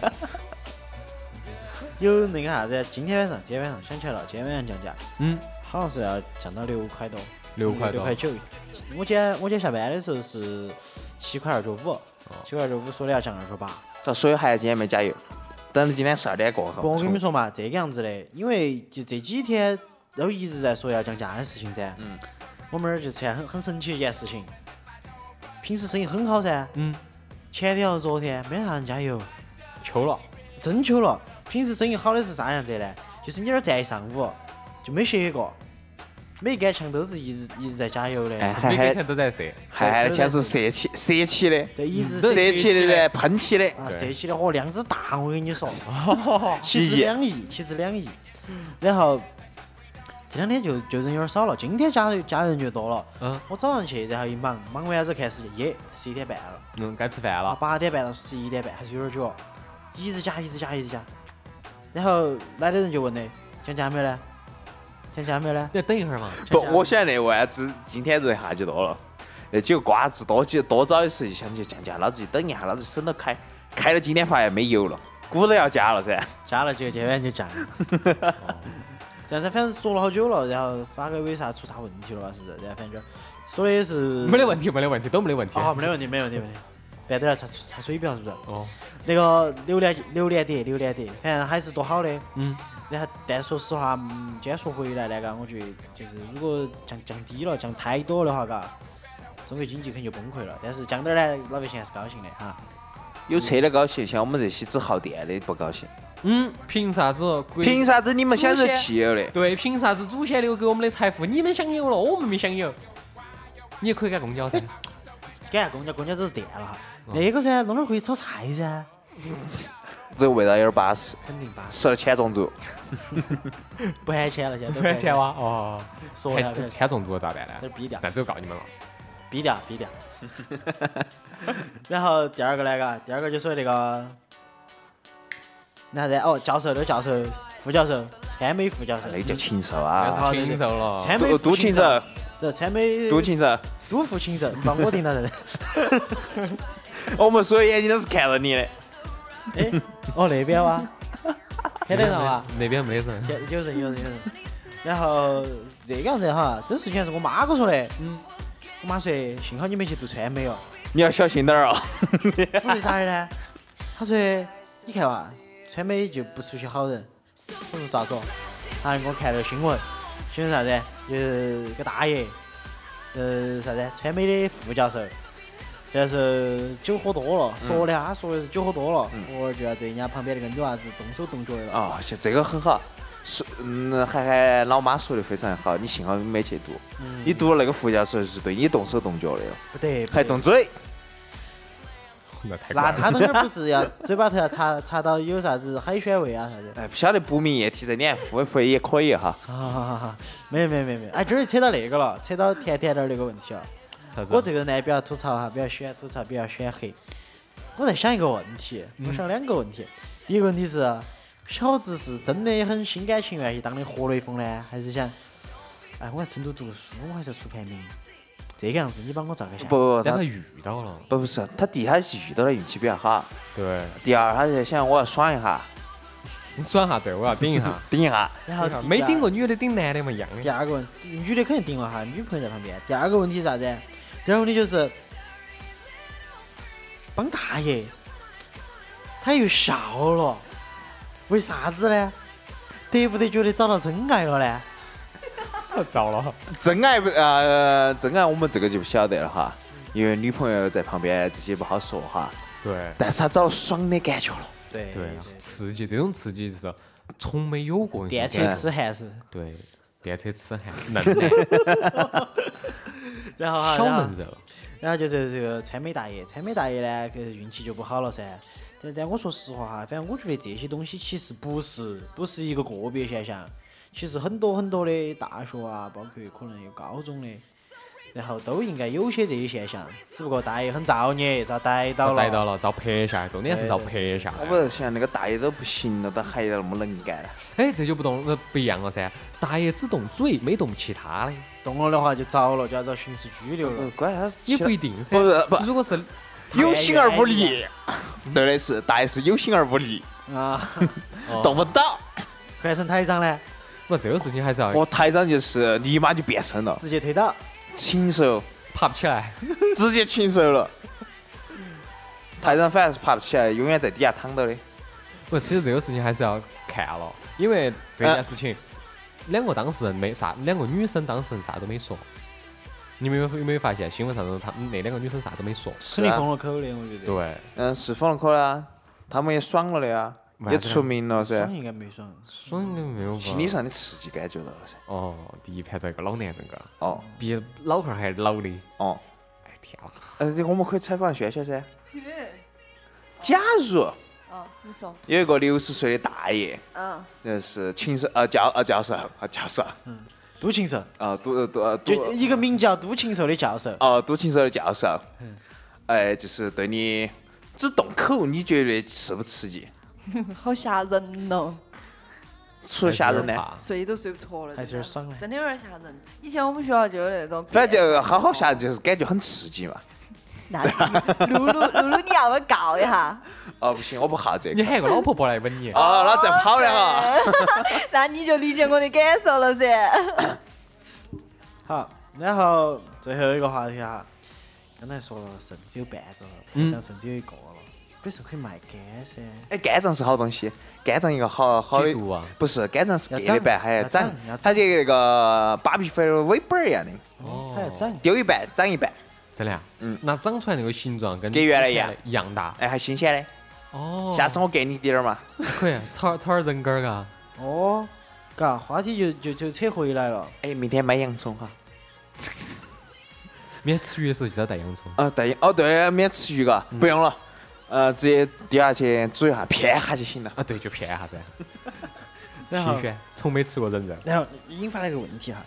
S3: 有那个啥子，今天晚上，今天晚上想起来了，今天晚上降价，
S1: 嗯，
S3: 好像是要降到六块多，
S1: 六块多
S3: 六块。九。我今天我今天下班的时候是七块二角五，
S1: 哦
S3: 七块二角五说的要降二角八。
S2: 这所有孩子今天没加油，等到今天十二点过后。
S3: 不，我跟你们
S2: 说，
S3: 说嘛，这个样子的，因为就这几天都一直在说要降价的事情噻。
S2: 嗯。
S3: 我们那儿就出现很很神奇一件事情，平时生意很好噻，
S1: 嗯，
S3: 前天和昨天没啥人加油，
S1: 秋了，
S3: 真秋了。平时生意好的是啥样子呢？就是你那儿站一上午就没歇过，每一杆枪都是一直一直在加油的。
S2: 哎，还
S1: 每个
S2: 还
S1: 钱都在射。
S2: 还还全是嗯射气射气的，
S3: 对，一直
S2: 射气的
S1: 射气的
S2: 人喷气的，
S3: 啊，
S1: 对
S3: 射起的火量之大，我跟你说，
S2: 一
S3: (laughs) 岂止
S2: 亿
S3: 两亿，岂止两亿。然后这两天就就人有点少了，今天加人加人就多了。
S1: 嗯
S3: 我早上去，然后一忙，忙完之后看时间，耶，十一点半了，
S1: 嗯，该吃饭
S3: 啊，
S1: 了。
S3: 八点半到十一点半还是有点久哦，一直加，一直加，一直加。然后来的人就问的，降价没有呢？降价没有呢？
S1: 要等一会儿嘛。
S2: 不，
S3: 降价
S2: 我晓得为啥子今天人一下就多了。那几个瓜子多几多早的时候就想起降价，老子就等一下，老子省到开，开了今天发现没油了，估都要加了噻。
S3: 加了，结果今晚就降了。 (laughs) 哦然后他反正说了好久了，然后发改委啥出啥问题了吧？是不是？然后反正就说的是
S1: 没得问题，没得问题，哦都没得问题。
S3: 啊，没得问题，没得问题，没
S1: (laughs)
S3: 得。办点儿查查水表是不是？
S1: 哦，
S3: 那个榴莲榴莲碟，榴莲碟，反正还是多好的。
S1: 嗯。
S3: 然后，但说实话，嗯，今天说回来那个，我觉得就是如果降降低了，降太多的话，嘎，中国经济肯定就崩溃了。但是降点儿呢，老百姓还是高兴的哈。
S2: 有车的高兴，像我们这些只耗电的不高兴。
S1: 嗯，凭啥子？
S2: 凭？啥子你们享受汽油的？
S1: 对，凭啥子祖先留给我们的财富，你们享有了，我们没享有？你也可以赶公交 (laughs) 噻。
S3: 赶公交，公交都是电了哈。
S1: 哦
S3: 那个噻，弄点儿可以炒菜噻，
S2: 这个味道有点巴适，
S3: 肯定吧？
S2: 吃了铅中毒。
S3: 不含钱了，现在都
S1: 不然钱哇，哦，
S3: 说了，
S1: 还签中毒了咋办
S3: 这
S1: 呢？
S3: 逼掉。
S1: 那只有告你们了。
S3: 逼掉，逼掉。然后第二个来个，第二个就说那个，那啥子哦，教授的教授，副教授，川美副教授，
S2: 那
S7: 哎
S2: 个叫禽兽
S1: 那
S2: 啊，
S1: 是禽兽了。
S3: 川美
S2: 毒
S3: 副
S2: 毒禽兽，
S3: 对，川美
S2: 毒禽兽。
S3: 都副禽兽，把我盯到人。
S2: 我们所有眼睛都是看着你的。
S3: 哎，哦那边哇，看得到哇，
S1: 那边没人。
S3: 有有人有人有人。然后这个样子哈，这事情还是我妈跟我说的，嗯，我妈说幸好你没去读川美哦，
S2: 你要小心点儿哦。
S1: (laughs)
S3: 我说咋的呢？她说你看哇，川美就不出些好人。我说咋说？啊，我看了新闻，新闻啥子？就是个大爷，呃，啥子？川美的副教授，就是酒喝多了，说的他说的是酒喝多了，我就要对人家旁边那个女娃子动手动脚的了。
S2: 啊，这这个很好。说，嗯，涵涵老妈说的非常好，你幸好没去读，你读了那个副教授是对你动手动脚的，哦
S3: 不得，不
S2: 还
S3: 得
S2: 动嘴。
S1: 那太
S3: 那
S1: 怪
S3: 他
S1: 了。
S3: 那儿不是要嘴巴头要插插到有啥子海鲜味啊啥子？
S2: 哎，不晓得不明液体在脸上敷一敷也可以哈。
S3: 哈哈哈！ (laughs) 没有没有没有没有，哎，这儿扯到那个了，扯到甜甜点儿那个问题了。
S1: 啥子？
S3: 我这个人呢比较
S1: 嗯
S3: 吐槽哈，比较喜欢吐槽，比较喜欢黑。我在想一个问题，我想两个问题。第一个问题是，小子是真的很心甘情愿去当的活雷锋呢，还是想，哎，我在成都读个书，我还是要出排名，这个样子你帮我照个相。
S2: 不不不，
S1: 但
S2: 他
S1: 他遇到了，
S2: 不不是他第一他是遇到了运气比较好，
S1: 对，
S2: 第二他就想我要爽一下，
S1: 你爽下，对我要顶一下，
S2: 顶一下，
S3: 然后第
S1: 啊没
S3: 二
S1: 顶过女的顶男的嘛一样
S3: 第
S1: 的，
S3: 二个问，女的肯定顶了哈，女朋友在旁边。第二个问题是啥子？第二个问题就是帮大爷，他又笑了，为啥子呢？得不得觉得找到真爱了呢？
S1: 糟了，
S2: 真爱不呃真爱我们这个就不晓得了哈，因为女朋友在旁边这些不好说哈，
S1: 对
S2: 但是他找爽的感觉了，
S3: 对
S1: 对，刺激这种刺激是从没有过，
S3: 电车痴汉是。
S1: 对，电车痴汉，嫩
S2: (laughs)
S1: 男，
S3: 然后哈，
S1: 小
S3: 然后
S1: 嫩肉，
S3: 然后就是这个川美大爷，川美大爷呢，就是运气就不好了噻。但但我说实话哈，反正我觉得这些东西其实不是不是一个个别现象，其实很多很多的大学啊，包括可能有高中的，然后都应该有些这些现象，只不过大爷很造孽，遭逮到
S1: 遭
S3: 了。
S1: 逮到了，遭拍下来，重点是遭拍下
S2: 我
S1: 来
S2: 不。是想那个大爷都不行了，他还要那么能干呢？
S1: 哎，这就不动呃不一样了噻，大爷只动嘴，没动其他的，
S3: 动了的话就遭了，就要遭刑事拘留了
S2: 呃。关键他是
S1: 也
S2: 其
S1: 不一定噻。
S2: 不是不
S1: 如果是
S2: 有心而无力，对的是大爷是有心而无力，
S3: 啊，
S1: 哦
S2: 动不到。
S3: 换成台长呢，
S1: 不这个事情还是要
S2: 我台长就是立马就变身了，
S3: 直接推倒。
S2: 禽兽，
S1: 爬不起来。
S2: 直接禽兽了。台长反正是爬不起来，永远在底下躺到的。
S1: 不，其实这个事情还是要看了，因为这件事情，呃两个当事人没啥，两个女生当事人啥都没说。你们有没有有没有发现新闻上头，他那两个女生啥都没说？
S3: 肯定封了口的，我觉得。
S1: 对，
S2: 嗯，是否认可啊？他们也爽了的呀，
S1: 完
S2: 也
S1: 了
S2: 出名了噻
S3: 爽，应该没爽，
S1: 爽应该没有吧？
S2: 心理上的刺激感觉到了噻。
S1: 哦，第一排这个老男人个，
S2: 哦
S1: 比老汉儿还老的，
S2: 哦，
S1: 哎天哪！
S2: 呃，这个我们可以采访轩轩噻。假如
S6: 哦，你说，
S2: 有一个六十岁的大爷，
S6: 嗯，
S2: 那是禽兽啊教啊教授啊教授
S3: 都禽兽，
S2: 啊都都啊
S3: 就
S2: 都
S3: 一个名叫都禽兽的教授。
S2: 啊都禽兽的教授，
S1: 嗯
S2: 哎，就是对你只动口，你觉得刺不刺激？
S6: 好吓人哦，
S2: 除了吓人呢？
S1: 哎怕
S6: 睡都睡不着了，
S3: 还是有点
S6: 真的
S3: 爽嘞
S6: 真的有点吓人。以前我们学校就有那种，
S2: 反正就好好吓人，就是感觉很刺激嘛。
S6: 那是露露露露，你要不要告一下？
S2: 哦，不行，我不好这
S1: 你
S2: 个。
S1: 喊个老婆婆来吻你，
S2: 哦，那正好
S1: (laughs)
S2: 了哈。
S6: 那你就理解我的感受了噻。
S3: 好，然后最后一个话题哈，刚才说了肾只有半个了，肝脏肾只有一个了，可是可以卖肝噻，
S2: 哎，肝脏是好东西，肝脏一个好好的
S1: 解毒啊
S2: 不是肝脏是
S3: 要
S2: 隔的半，
S3: 长
S2: 还要
S3: 要
S2: 长
S3: 长要，
S2: 它就跟那个芭比 f 的尾巴儿一样的，
S1: 哎
S3: 它要长。
S2: 丢一半长一半，
S1: 真的啊？
S2: 嗯
S1: 哦那长出来那个形状跟
S2: 跟原来
S1: 之
S2: 一样
S1: 前的一样大。
S2: 哎，还新鲜
S1: 哦
S2: 的。，下次我给你点儿嘛。
S1: 可以炒炒点人干儿啊嘎。
S3: 哦，嘎，话题就就就扯回来了，
S2: 哎，明天买洋葱哈。
S1: 明天吃鱼的时候记得带洋葱。
S2: 啊，对，哦对，明天吃鱼嘎，不用了，呃，直接丢下去煮一下，偏下就行了。
S1: 啊，对，就骗一下噻。
S3: 然后
S1: 新鲜，从没吃过人肉。
S3: 然后引发了一个问题哈，啊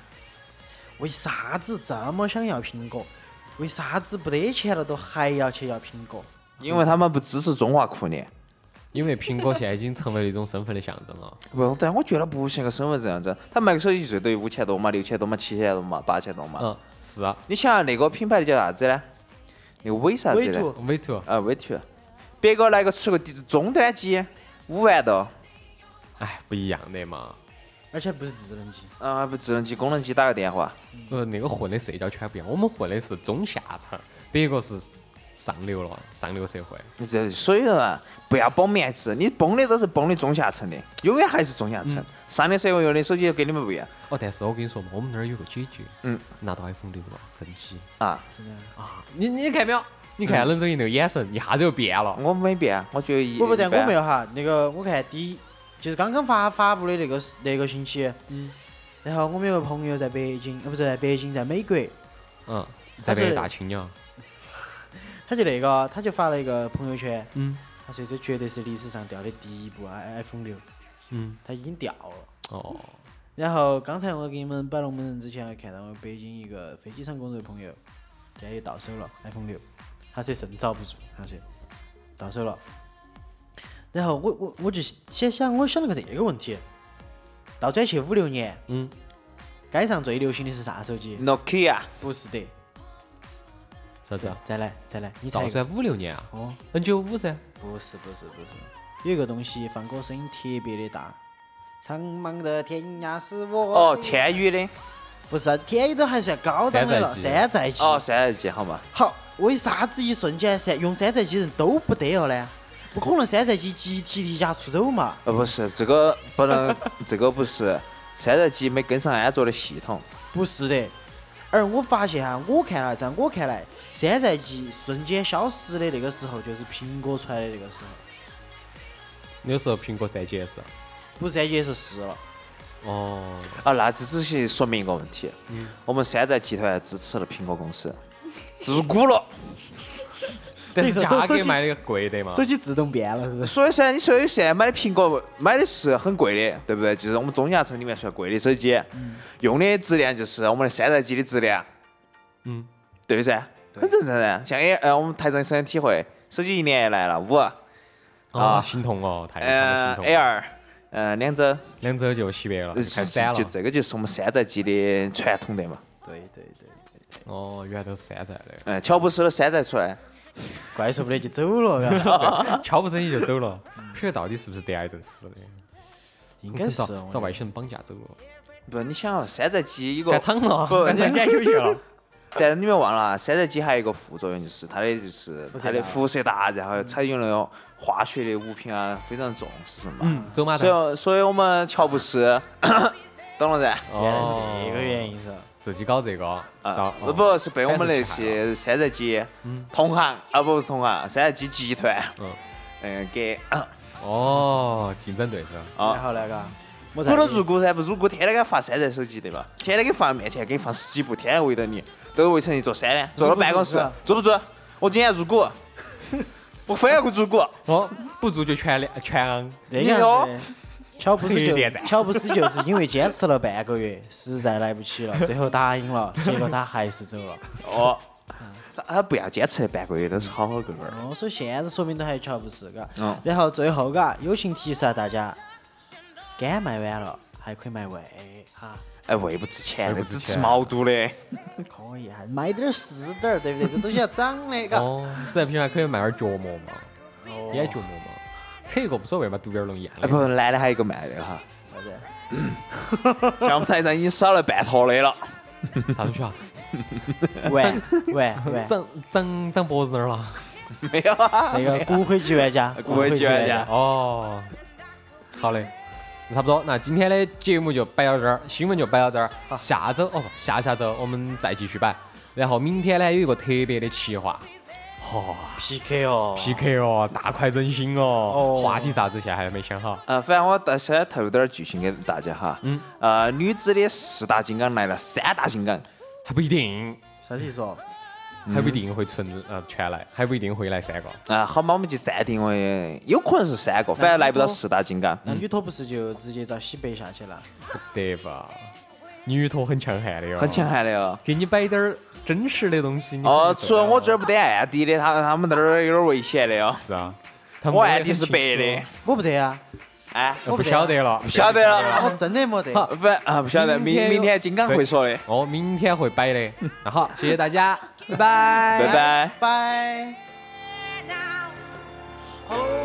S3: 为啥子这么想要苹果？为啥子不得钱了都还要去要苹果？
S2: 因为他们不支持中华酷联。
S1: 因为苹果现在已经成为了一种身份的象征了。
S2: 不，但我觉得不像个身份证样子。他卖个手机最多五千多嘛，六千多嘛，七千多嘛，八千多嘛。
S1: 嗯，是啊，
S2: 你想啊那个品牌的叫啥子呢？那个伟啥子
S3: 微
S2: 呢？
S3: 图
S1: 美图，
S2: 啊，威图。别个来个出个低终端机，五万多，
S1: 哎，不一样的嘛。
S3: 而且不是智能机，
S2: 啊，不，智能机、功能机打个电话，
S1: 呃，那个混的社交圈不一样，我们混的是中下层，别个是上流了，上流社会。
S2: 这所以说啊，不要崩面子，你崩的都是崩的中下层的，永远还是中下层。上流社会用的手机跟你们不一样
S1: 哦，但是我跟你说嘛，我们那儿有个姐姐，
S2: 嗯，
S1: 拿到 iPhone 六了，真机
S2: 啊。
S3: 真的。
S1: 啊！你你看没有？你看冷总一那个眼神，一下子就变了。
S2: 我没变，啊我觉得一
S3: 不不，但
S2: 对，
S3: 我没有哈，那个我看第一就是刚刚发发布的那个那个星期，
S1: 嗯，
S3: 然后我们有个朋友在北京，呃不是在北京，在美国，
S1: 嗯，在
S3: 他是
S1: 北大青鸟，
S3: 他就那个他就发了一个朋友圈，
S1: 嗯
S3: 他说这绝对是历史上掉的第一部 i- iPhone 六，
S1: 嗯，
S3: 它已经掉了。
S1: 哦，
S3: 然后刚才我给你们摆龙门阵之前，看到我北京一个飞机场工作的朋友，现在也到手了 iPhone 六，他说甚遭不住，他说到手了。然后我我我就先想，我想了个这个问题，倒转去五六年，
S1: 嗯，
S3: 街上最流行的是啥手机？
S2: Nokia
S3: 不是的，
S1: 啥子啊？
S3: 再来再来，你猜
S1: 倒
S3: 一个。
S1: 转五六年啊
S3: 哦，
S1: ，N 九五啊噻，
S3: 不是不是不是，有一个东西放歌声音特别的大，苍茫的天涯是我。
S2: 哦，，天宇的
S3: 不是天宇都还算高档的了，山寨机。
S2: 哦，三十 G 好嘛？
S3: 好，为啥子一瞬间山用山寨机人都不得了呢？不可能山寨机集体离家出走嘛？
S2: 呃，不是，这
S3: (laughs)
S2: 个不能，这个不是，三十 G 没跟上安卓的系统。
S3: 不是的。而我发现哈、啊我看来，在我看来，山寨机瞬间消失的那个时候，就是苹果出来的那个时候，
S1: 那时候苹果三 GS。
S3: 不是三 G 是四了。
S1: 哦，
S2: 啊，那这只是说明一个问题，
S3: 嗯
S2: 我们山寨集团支持了苹果公司，入股了。
S1: 但
S3: 你
S1: 是
S3: 说
S1: 价
S3: 手
S1: 格
S3: 机
S1: 卖的贵的嘛。
S3: 机自动变了，是不是？
S2: 所以噻，你所以现在买的苹果买的是很贵的，对不对？就是我们中下层里面算贵的手机，
S3: 嗯
S2: 用的质量就是我们的山寨机的质量，
S1: 嗯，
S2: 对噻，很正常噻。像也呃，我们台长深有体会，手机一年也来了五，
S1: 啊，
S2: 啊
S1: 心痛哦，太看
S2: 呃
S1: 心
S2: ，A
S1: 痛。
S2: 二，呃，两周，
S1: 两周就洗白呃了，就啊开散了
S2: 就。这个就是我们山寨机的传统的嘛。
S1: 哦，原来都是山寨的，
S2: 嗯，乔布斯都山寨出来，
S3: (laughs) 怪兽不得就走了，嘎。
S1: 悄不声息就走了。啊 (laughs) 不晓得到底是不是得癌症死的？
S3: 应该是哦
S1: 找
S3: 我
S1: 找外星人绑架走了，
S2: 不，你想啊，山寨机一个
S1: 赶场了， (laughs)
S2: 不
S1: 赶三检修去了。
S2: 但是你们忘了啊，山寨机还有一个副作用，就是它的就是它的辐射大，然后采用那种化学的物品啊，非常重视什么。
S1: 嗯，走马灯。
S2: 所以，所以我们乔
S1: (coughs)
S2: 布斯，懂了噻？
S3: 原来是
S1: 哦
S3: 这个原因是吧？
S1: 自己搞这个，
S2: 啊
S1: 找，
S2: 不不是被我们那些山寨机同行啊，不是同行，山寨机集团，
S1: 嗯
S2: 嗯，给
S1: 哦，竞争对手。
S3: 然
S2: 啊，
S3: 后那个，
S2: 我
S3: 我
S2: 都
S3: 在
S2: 入股噻，不入股，天天给他发山寨手机对吧？天天给放面前，给你放十几部，天天围着你，都围成一座山呢。坐到办公室
S3: 入股啊，
S2: 做不做？我今天入 (laughs) 股，我非要入股。
S1: 哦，不足就全两全昂。
S3: 那个
S2: 你哦
S3: 样
S2: 有
S3: 子。乔布斯
S1: 可以
S3: 就
S1: 点赞
S3: 乔布斯就是因为坚持了半个月，实在来不及
S2: (laughs)
S3: 了，最后答应了，结果他还是走了。
S2: 哦，他他不要坚持那半个月，都是好好个个儿。
S3: 哦，所以现在说明都还有乔布斯，嘎。
S2: 嗯
S3: 然后最后，嘎，友情提示啊，大家，肝卖完了还可以啊卖胃，哈，
S2: 哎，胃不值钱
S1: 胃
S2: 的，
S1: 不值
S2: 只
S1: 钱
S2: 吃毛肚的。
S3: 可以，还买点儿是点儿，对不对？这东西要长的，嘎。
S1: 哦，实在不行还可以卖点角膜嘛，眼角膜嘛。扯一个无所谓嘛，独眼龙一样的。
S2: 哎，不，男的还有一个卖的哈。项目台上已经少了半坨的了。
S1: 上 (laughs) 去啊，
S2: (laughs)
S3: 喂喂喂，
S1: 长长长脖子那儿了。
S2: 没有啊，
S3: 那个骨灰级玩家，
S2: (laughs) 骨灰级玩家
S1: 哦，好嘞，那差不多，那今天的节目就摆到这儿，新闻就摆到这儿，下周哦不，下下周我们再继续摆，然后明天呢有一个特别的企划。哦
S3: PK 哦
S1: ，PK 哦，大快人心哦，话题啥子现在还没想好。
S2: 呃，反正我到现在透露点儿剧情给大家哈。嗯。呃，女子的四大金刚来了三大金刚，
S1: 还不一定，
S3: 小弟说，
S2: 嗯
S1: 还不一定会存呃全来，还不一定会来三个。
S2: 啊，好嘛，我们就暂定为有可能是三个，反正来不到四大金刚。
S3: 那女托不是就直接找西北下去了？
S1: 对吧？女托很强悍的哟，
S2: 很强，悍的哦。
S1: 给你摆点儿真实的东西。你
S2: 哦，
S1: 肯定
S2: 除
S1: 受得
S2: 了我
S1: 了
S2: 这儿不得暗底的，他他们那儿有点危险的哦。
S1: 是啊，他们
S2: 我
S1: 也
S2: 暗
S1: 很
S2: 底是
S1: 清
S2: 白
S1: 楚
S2: 的，
S3: 我不得啊，
S2: 哎，
S1: 呃不晓得了，
S2: 不晓得了。
S3: 我真的没得。
S1: 好
S2: 不啊，不晓得，
S1: 明天
S2: 明
S1: 有
S2: 明天金刚会说的，
S1: 哦，明天会摆的。那好，谢谢大家，拜拜
S2: 拜拜。
S3: 拜。
S8: Oh,